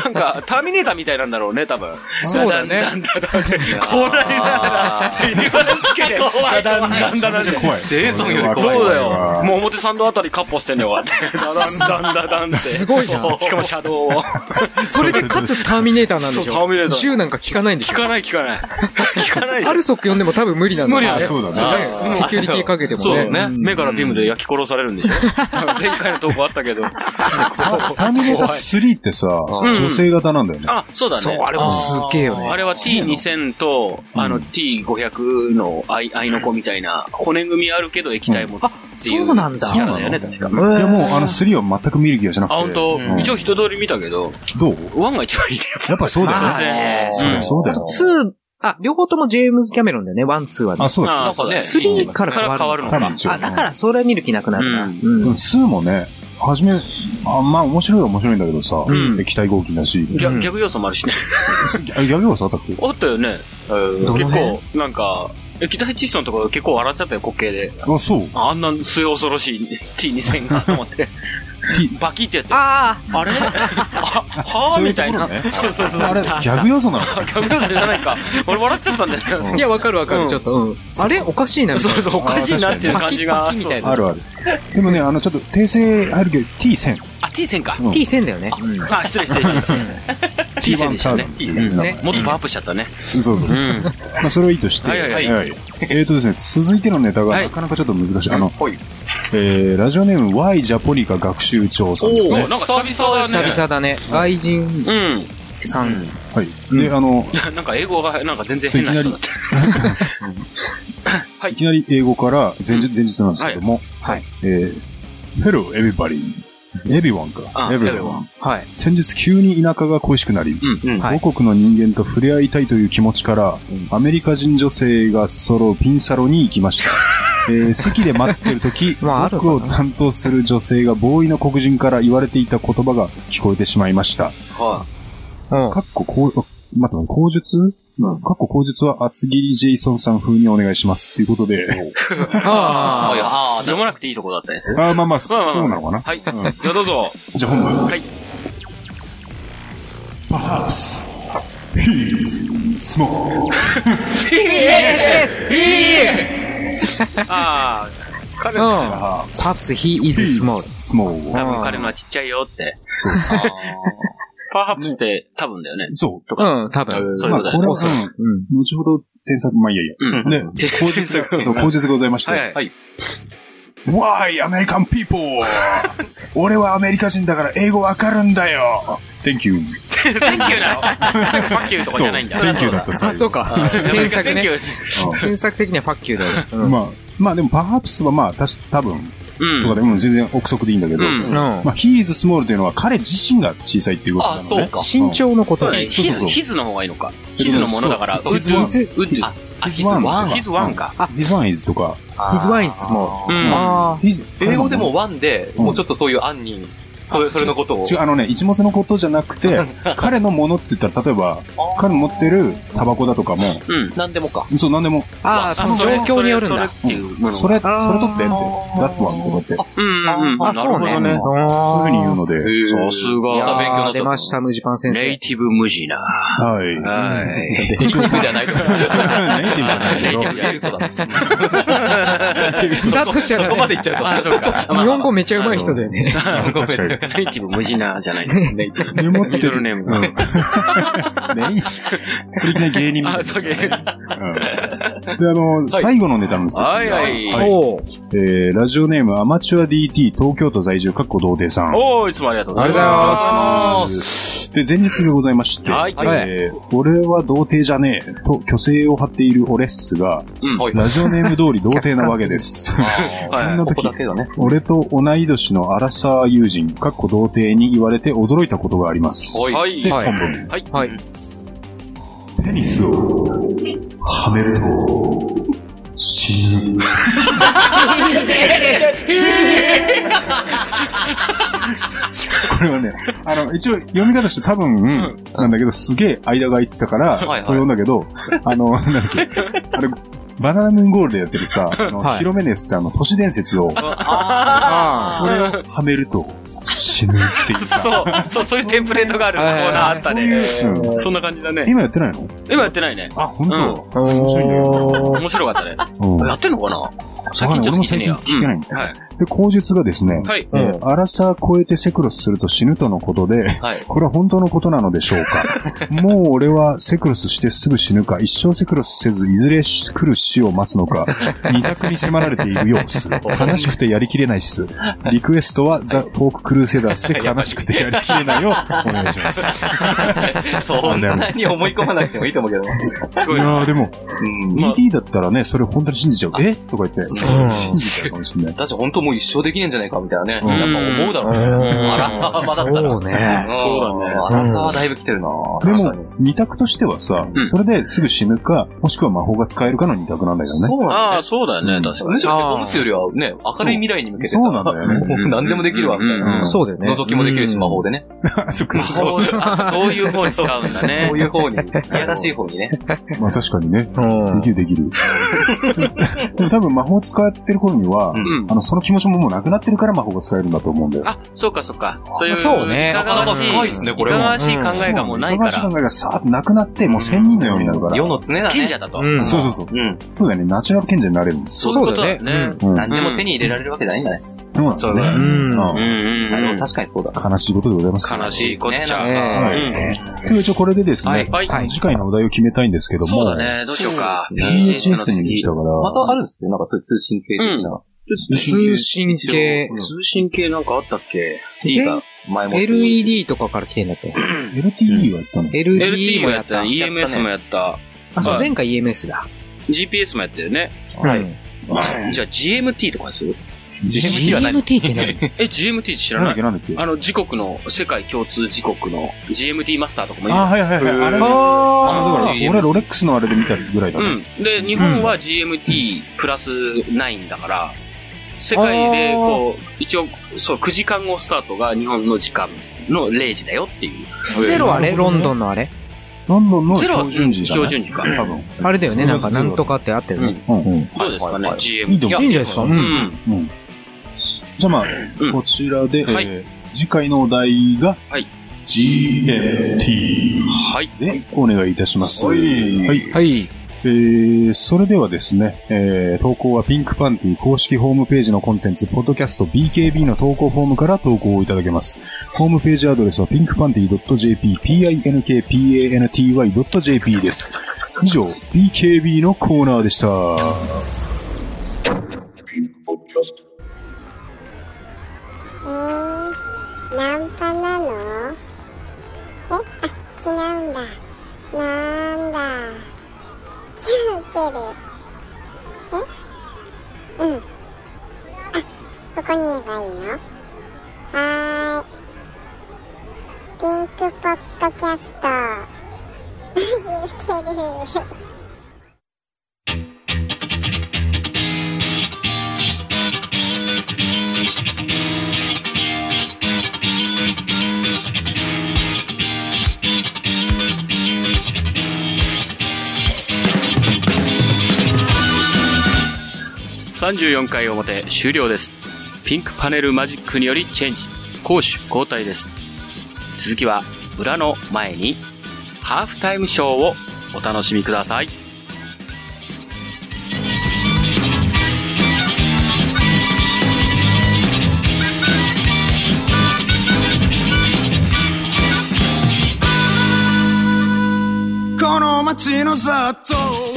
Speaker 3: なんか、ターミネーターみたいなんだろうね、多分。そうだね。だんだんだんだんって怖いな
Speaker 7: あ
Speaker 3: 言われつけて。
Speaker 7: 怖い怖い
Speaker 3: だんだんだんだんって
Speaker 6: 怖い。
Speaker 7: ジェイソンより怖い
Speaker 3: そうだよ。もう表参道あたりカッポしてんのよ、こうやって。だんだんだんだんって。す
Speaker 9: ごいじゃん
Speaker 3: しかもシャドウを。
Speaker 9: それで、かつターミネーターなんでし
Speaker 3: そ
Speaker 9: ょ
Speaker 3: うターミネーター
Speaker 9: 銃なんか効かないんでし
Speaker 3: 聞
Speaker 9: ょ
Speaker 3: かない聞かない。聞かない
Speaker 9: アルソック呼んでも多分無理なんだよね
Speaker 3: 無理だ
Speaker 6: そうだね。
Speaker 9: ねセキュリティかけても
Speaker 3: そう
Speaker 9: ね。
Speaker 3: ですね。目からビームで焼き殺されるんでしょ。前回の投稿あったけど。
Speaker 6: タターミネーター3ってさ、
Speaker 3: い
Speaker 6: 女性型なんだよね。
Speaker 3: あ、そうだね。
Speaker 9: あれもすっげえよね。
Speaker 3: あれは T2000 と、あの T500 の愛愛の子みたいな、骨組みあるけど液体もっていう。
Speaker 9: そうなんだ
Speaker 3: キャラだよね、確か。
Speaker 6: いやもう、あの3は全く見る気がしなく
Speaker 3: あ、
Speaker 6: て。
Speaker 3: 本当、
Speaker 6: うん
Speaker 3: 一応人通り見たけど、
Speaker 6: どう
Speaker 3: ワンが一番いいね。
Speaker 6: やっぱそうだよ
Speaker 3: まあ
Speaker 6: ね。
Speaker 3: ね
Speaker 6: そりゃそうだよ。
Speaker 9: ツー、あ、両方ともジェームズ・キャメロンだよね、ワン、ツーはね
Speaker 6: あ、。そうだ
Speaker 3: あ
Speaker 7: な
Speaker 3: あ、
Speaker 7: ん
Speaker 3: そ
Speaker 7: か
Speaker 3: う
Speaker 7: ね
Speaker 3: だね。
Speaker 9: 3から変わるのか
Speaker 3: 変わるの
Speaker 6: 多分
Speaker 3: か。
Speaker 6: 違う。
Speaker 9: あ、だからそれは見る気なくなるな。
Speaker 3: うん
Speaker 6: で
Speaker 9: う
Speaker 6: も
Speaker 9: ん。
Speaker 6: 2もね、はじめ、あまあ面白いは面白いんだけどさ、
Speaker 3: ん
Speaker 6: 液体合金だし。
Speaker 3: 逆逆要素もあるしね。
Speaker 6: あ、やめようさ、たっけ
Speaker 3: あったよね。
Speaker 9: どの
Speaker 3: 結
Speaker 9: 辺
Speaker 3: 構、なんか、液体窒素のところ結構笑っちゃったよ、滑稽で。
Speaker 6: あ、そう。
Speaker 3: ああんな末恐ろしい T2000 が、と思って。バキってやって、あ
Speaker 9: あ
Speaker 3: れあ、はぁ
Speaker 6: そうい
Speaker 3: み
Speaker 6: うと
Speaker 3: た
Speaker 6: こ
Speaker 3: い
Speaker 6: ろ
Speaker 3: な。
Speaker 6: ね
Speaker 3: そうそうそう。
Speaker 6: あれ、ギャグ要素なのか
Speaker 3: 逆要素じゃないか。俺笑っちゃったんだよ
Speaker 9: あ。
Speaker 3: ね。
Speaker 9: いや、わかるわか
Speaker 3: うん
Speaker 9: る、ちょっと。うん。あれおかしいな、みたい
Speaker 3: そうそう、おかしいなっていう感じが。
Speaker 9: パキッパキみたいな
Speaker 3: そう
Speaker 6: あるある。でもね、あの、ちょっと訂正入るけど、T1000。
Speaker 3: そうあ、T1000 か。
Speaker 9: な。T1000 だよね。うん
Speaker 3: あ、失礼失礼失礼失礼。T1000 でしたね。
Speaker 6: T1000 ターボ
Speaker 9: ね
Speaker 3: もっとパワーアップしちゃったね。
Speaker 6: そうそう。
Speaker 3: うん。
Speaker 6: まあ、それはいいとして。
Speaker 3: はいはいはい
Speaker 6: えーとですね、続いてのネタが
Speaker 3: はい
Speaker 6: なかなかちょっと難しい。あの、えー、ラジオネーム Y ジャポニカ学習長さんです
Speaker 3: お
Speaker 6: ね
Speaker 3: お、。なんか久々だね。
Speaker 9: 久々だね。外人
Speaker 3: うん。
Speaker 9: さん。
Speaker 6: はい。で、あの、
Speaker 3: なんか英語が、なんか全然変な人だった。
Speaker 6: いきなり英語から前日、前日なんですけども、
Speaker 9: はい。
Speaker 6: えー、Hello everybody. Everyone か。
Speaker 3: あ
Speaker 6: Everyone。
Speaker 9: はい。
Speaker 6: 先日急に田舎が恋しくなり、
Speaker 3: うんうん。
Speaker 9: はい
Speaker 6: 母国の人間と触れ合いたいという気持ちから、アメリカ人女性が揃うピンサロに行きました。えー席で待ってる時、
Speaker 9: まああるか
Speaker 6: 僕を担当する女性がボーイの黒人から言われていた言葉が聞こえてしまいました。
Speaker 9: うん。
Speaker 6: かっここう、あ待って、口述かっこ口述は厚切りジェイソンさん風にお願いします。ということで、
Speaker 7: あ
Speaker 9: あ
Speaker 7: いやあー、
Speaker 3: 読まなくていいとこだったやつ。
Speaker 6: あーまあま
Speaker 3: ま
Speaker 6: あ、
Speaker 3: あまあ
Speaker 6: そうなのかな。
Speaker 3: はい。じゃあどうぞ。
Speaker 6: じゃあ本文。
Speaker 3: はい。
Speaker 6: Perhaps he's small.
Speaker 3: ああ、彼
Speaker 9: うん。
Speaker 3: は、
Speaker 9: Perhaps he is small.
Speaker 6: small.
Speaker 3: 多分彼のはちっちゃいよって。 パワーハップスって多分だよね。
Speaker 6: そう。とか、
Speaker 9: うん、多分。
Speaker 3: そういう
Speaker 6: まあ
Speaker 3: ことだ
Speaker 6: これ
Speaker 3: よ。
Speaker 6: は、うん、後ほど添削、まあいいやいや。
Speaker 3: うん。
Speaker 6: ね、口述が、そう、口述がございまして。。
Speaker 3: はいはい
Speaker 6: Why American people? 俺はアメリカ人だから英語わかるんだよ !Thank you.
Speaker 3: センキューなのさっきファッキューとかじゃないんだ。
Speaker 6: Thank you だった
Speaker 9: あ、そうか。
Speaker 3: アメ
Speaker 9: 検
Speaker 3: リカ
Speaker 9: 索
Speaker 3: センキ
Speaker 9: ね。
Speaker 3: ュー。
Speaker 9: 検索的にはファッキューだよ。
Speaker 6: うんまあ、まあでも、パーハプスはまあ、たし、多分、
Speaker 3: うん
Speaker 6: とか。でも全然憶測でいいんだけど、
Speaker 3: うん
Speaker 9: うん。うん
Speaker 6: まあ、he is small というのは彼自身が小さいっていうことなのね。
Speaker 7: あそうか
Speaker 9: 身長のこと
Speaker 3: そう
Speaker 9: だ
Speaker 3: だね
Speaker 9: ね。
Speaker 3: ヒズ、ヒズの方がいいのか。ヒズのものだから、ウッド、ウ
Speaker 9: ズ
Speaker 3: ッド。
Speaker 7: あ、
Speaker 6: ヒ
Speaker 7: ヒ
Speaker 6: ズ
Speaker 7: ズ
Speaker 6: ワ
Speaker 7: ワ
Speaker 6: ン
Speaker 7: ン。
Speaker 3: ヒズワンか。
Speaker 6: あ、His one is とか、
Speaker 9: His wine is small.
Speaker 3: うん。
Speaker 9: あ
Speaker 6: His-
Speaker 7: 英語でもワンで、
Speaker 6: うん
Speaker 7: もうちょっとそういう案に、それ、それのことを。
Speaker 6: 違う、あのね、一物のことじゃなくて、彼のものって言ったら、例えば、彼の持ってるタバコだとかも、
Speaker 3: うん。
Speaker 7: なんでもか。
Speaker 6: そう、なんでも、
Speaker 9: あ。ああ、その状況によるんだ。
Speaker 3: それっていうもの
Speaker 6: それ、それ取って
Speaker 9: あ
Speaker 6: って、
Speaker 9: ー
Speaker 6: That's one とかって、
Speaker 3: うんうんうん。
Speaker 9: あ、そうね。
Speaker 6: なるほそういうふうに言うので、
Speaker 3: さす
Speaker 7: いや
Speaker 3: が。
Speaker 7: ー勉強になった
Speaker 9: 出ました、ムジパン先
Speaker 3: ネ
Speaker 9: 生
Speaker 3: イ。ティブ無地な。
Speaker 6: はい。
Speaker 3: はい。
Speaker 7: ネイティブじゃないと思う。
Speaker 6: ネイティブじゃないけど
Speaker 7: ネイティブヘルソだね。
Speaker 9: だとした
Speaker 7: そ
Speaker 9: ら
Speaker 7: こま
Speaker 9: ね、
Speaker 7: でいっちゃう と。
Speaker 3: あ、そうか。
Speaker 9: 日本語めちゃうまい人だよね。
Speaker 7: ごめん
Speaker 3: ネイティブ無事なじゃないですか。ネイティブ。
Speaker 6: メモってる
Speaker 3: ミドルネームが。
Speaker 6: メイン、それいきなり芸人みたいな
Speaker 3: あ、そうけ。
Speaker 6: うんで、あの、最後のネタなんですよ。
Speaker 3: はいはい
Speaker 9: おう
Speaker 6: えーラジオネームアマチュア DT 東京都在住、かっこ童貞さん。
Speaker 3: おー、いつもありがとうございます。
Speaker 6: ありがとうございます。で、前日がございまして、
Speaker 3: はい
Speaker 6: えー俺は童貞じゃねえと虚勢を張っている俺っすが、
Speaker 3: うん
Speaker 7: はい
Speaker 6: ラジオネーム通り童貞なわけ です。そんな
Speaker 7: ここ
Speaker 6: 時
Speaker 7: だ、けだね。
Speaker 6: 俺と同い年のアラサー友人、かっこ童貞に言われて驚いたことがあります。
Speaker 3: はい。
Speaker 6: で、
Speaker 3: はい。
Speaker 6: 本文。
Speaker 3: はい。
Speaker 6: ペニスをはめると死ぬ。これはね、あの、一応読み方として多分、なんだけど、すげえ間が空いてたから、
Speaker 7: いはい
Speaker 6: それ読んだけど、あの、なんだっけ、あれ、バナナムーンゴールでやってるさ、あの、
Speaker 9: はい
Speaker 6: ヒロメネスってあの、都市伝説を、これを
Speaker 9: あ
Speaker 6: はめると死ぬっていうさ、
Speaker 3: そう、そう、そういうテンプレートがあるコ
Speaker 9: はい
Speaker 3: ーナーあったね。
Speaker 6: うん
Speaker 3: そんな感じだね。
Speaker 6: 今やってないの
Speaker 3: 今やってないね。
Speaker 6: あ、本当、
Speaker 9: あ。
Speaker 6: 面白いね。
Speaker 9: おー
Speaker 3: 面白かったね。
Speaker 6: うん
Speaker 3: やってんのかな最近ちょっと聞いてねえや。
Speaker 6: わかんない俺も最近聞いてない
Speaker 3: うん
Speaker 6: で、口述がですね、
Speaker 3: はい。はい。
Speaker 6: えーアラサー超えてセクロスすると死ぬとのことで、
Speaker 7: はい
Speaker 6: これは本当のことなのでしょ うかもう俺はセクロスしてすぐ死ぬか、一生セクロスせずいずれ来る死を待つ のか、二択に迫られているようっす。悲しくてやりきれないっす。リクエストはザ・フォーク・クルーセダースで悲しくてやりきれないをお願いし ます。
Speaker 7: そんなに思い込まなくてもいいと思うけど。
Speaker 3: す
Speaker 6: い
Speaker 3: ごい。
Speaker 6: やーでも、
Speaker 3: まあ
Speaker 6: DT だったらね、それ本当に信じちゃう。えとか言って、信じちゃうかもし れない。
Speaker 7: だって本当もう一生できねえんじゃないかみたいなね。
Speaker 6: うん
Speaker 7: やっぱ思うだろうね。
Speaker 3: ん
Speaker 7: アラサー場だったら。
Speaker 5: そうね。
Speaker 3: そうだね
Speaker 7: んアラサーはだいぶ来てるな
Speaker 6: で
Speaker 7: 確か
Speaker 6: も
Speaker 7: に、
Speaker 6: 二択としてはさ、
Speaker 3: うん
Speaker 6: それですぐ死ぬか、もしくは魔法が使えるかの二択なんだけどね。
Speaker 7: そうなんだ
Speaker 3: あ
Speaker 7: よ
Speaker 3: あ、
Speaker 7: ね。
Speaker 3: そうだよね、確か
Speaker 7: むしろ思ってよりはね、明るい未来に向けてさ。
Speaker 6: そうなんだよね
Speaker 7: もう何でもできるわ、みたい
Speaker 3: うん
Speaker 7: な。
Speaker 9: そうだよね。
Speaker 7: 覗きもできるし、魔法でね。
Speaker 6: そっ
Speaker 3: に。そうあそういう方に使うんだね
Speaker 7: こう。いう方に、いやらしい方にね。
Speaker 6: まあ確かにね。
Speaker 9: うん
Speaker 6: できるでき る。でも多分魔法使ってる頃には、
Speaker 3: うん。
Speaker 6: あの、その気持ちももうなくなってるから魔法が使えるんだと思うんだよ。
Speaker 3: あ、そうかそうか。そういう、
Speaker 9: そうね
Speaker 3: いかがわしい、
Speaker 7: なかなか深いっすねこれ
Speaker 3: い
Speaker 7: は
Speaker 3: かがわしい考えがもうないか
Speaker 6: そう
Speaker 3: ら
Speaker 6: ん。だからさーっとなくなって、もう仙人のようになるから。
Speaker 7: 世の常だ
Speaker 3: 賢
Speaker 7: ね。
Speaker 3: 者だと。
Speaker 9: うん
Speaker 6: そうそうそう。
Speaker 7: うん。
Speaker 6: そうだよね。ナチュラル賢者になれるんです。
Speaker 3: そういうことだよ
Speaker 9: そうだよ
Speaker 3: ね
Speaker 9: ね。
Speaker 6: うん。
Speaker 7: 何でも手に入れられるわけじゃないんだね。
Speaker 6: そ
Speaker 3: そううだ
Speaker 6: だ
Speaker 3: ね
Speaker 9: うん
Speaker 6: ね。うん
Speaker 3: うんうん
Speaker 7: で
Speaker 3: う
Speaker 7: も
Speaker 3: ん。
Speaker 7: 確かにそうだ。
Speaker 6: 悲しいことでございます。
Speaker 3: 悲しいこっちゃ。
Speaker 7: ね
Speaker 6: は
Speaker 3: う
Speaker 6: い。
Speaker 3: ん
Speaker 6: という一応これでですね、
Speaker 3: はいはい
Speaker 6: 次回のお題を決めたいんですけども、
Speaker 3: そうだね、どうしようか。
Speaker 6: PHS に来たから、
Speaker 7: またあるんですけど、なんかそういう通信系的な。
Speaker 9: 通信系。
Speaker 3: 通信系なんかあったっけ
Speaker 7: D が前も。
Speaker 9: LED とかから来てんだっけ
Speaker 6: LTE はやったの
Speaker 9: ?LED
Speaker 3: ?LT
Speaker 9: も
Speaker 3: も
Speaker 9: や
Speaker 3: や
Speaker 9: っ
Speaker 3: った、
Speaker 9: た。
Speaker 3: EMS もやった、
Speaker 9: あ、そう、
Speaker 3: はい
Speaker 9: 前回 EMS だ。
Speaker 3: GPS もやったよね。
Speaker 9: はい。
Speaker 3: じゃあ GMT とかにする
Speaker 7: GMT は何
Speaker 5: GMT って何
Speaker 3: え、GMT 知ら
Speaker 6: なんだ
Speaker 3: ない
Speaker 6: っけなんだっけ
Speaker 3: あの、時刻の、世界共通時刻の GMT マスターとかもいい
Speaker 6: あ、
Speaker 3: よ。
Speaker 6: はいはいはい。あれ
Speaker 3: あ
Speaker 6: あの、だから、
Speaker 7: GM
Speaker 6: 俺ロレックスのあれで見たぐらいだね。
Speaker 3: うん。で、日本は GMT プラス9だから、世界で、こう、一応、そう、9時間後スタートが日本の時間の0時だよっていう。
Speaker 9: ゼロは
Speaker 6: な
Speaker 9: ね、
Speaker 6: るほど
Speaker 9: ロ
Speaker 6: ね
Speaker 9: ンドンのあれ
Speaker 6: ロンドンの
Speaker 3: ゼロは
Speaker 6: 標準時じゃない
Speaker 3: 標準時か
Speaker 6: 多分。
Speaker 9: あれだよね、なんか、なんとかってあってるね。
Speaker 6: うんうん。
Speaker 3: どうですかね、GMT。
Speaker 6: いいと思う
Speaker 9: いいんじゃないですか
Speaker 3: う。
Speaker 9: うん
Speaker 6: うん。じゃあまあ
Speaker 3: うん、
Speaker 6: こちらで、え
Speaker 3: はい
Speaker 6: ー次回のお題が
Speaker 3: はい、
Speaker 6: GMT
Speaker 3: はい。
Speaker 6: でお願いいたします。
Speaker 3: は
Speaker 6: はいい。
Speaker 9: はい。
Speaker 6: えーそれではですね、えー投稿はピンクパンティ公式ホームページのコンテンツ、ポッドキャスト BKB の投稿フォームから投稿をいただけます。ホームページアドレスはピンクパンティ .jp、pinkpanty.jp です。以上、BKB のコーナーでした。
Speaker 10: えー、ナンパなのえ、あ、違うんだ。なんだ。じゃあ受ける。えうん。あ、ここに言えばいいのはーい。ピンクポッドキャスト。 マジ受ける。
Speaker 3: 34回表終了ですピンクパネルマジックによりチェンジ攻守交代です続きは裏の前にハーフタイムショーをお楽しみください
Speaker 10: 「
Speaker 4: 街の雑踏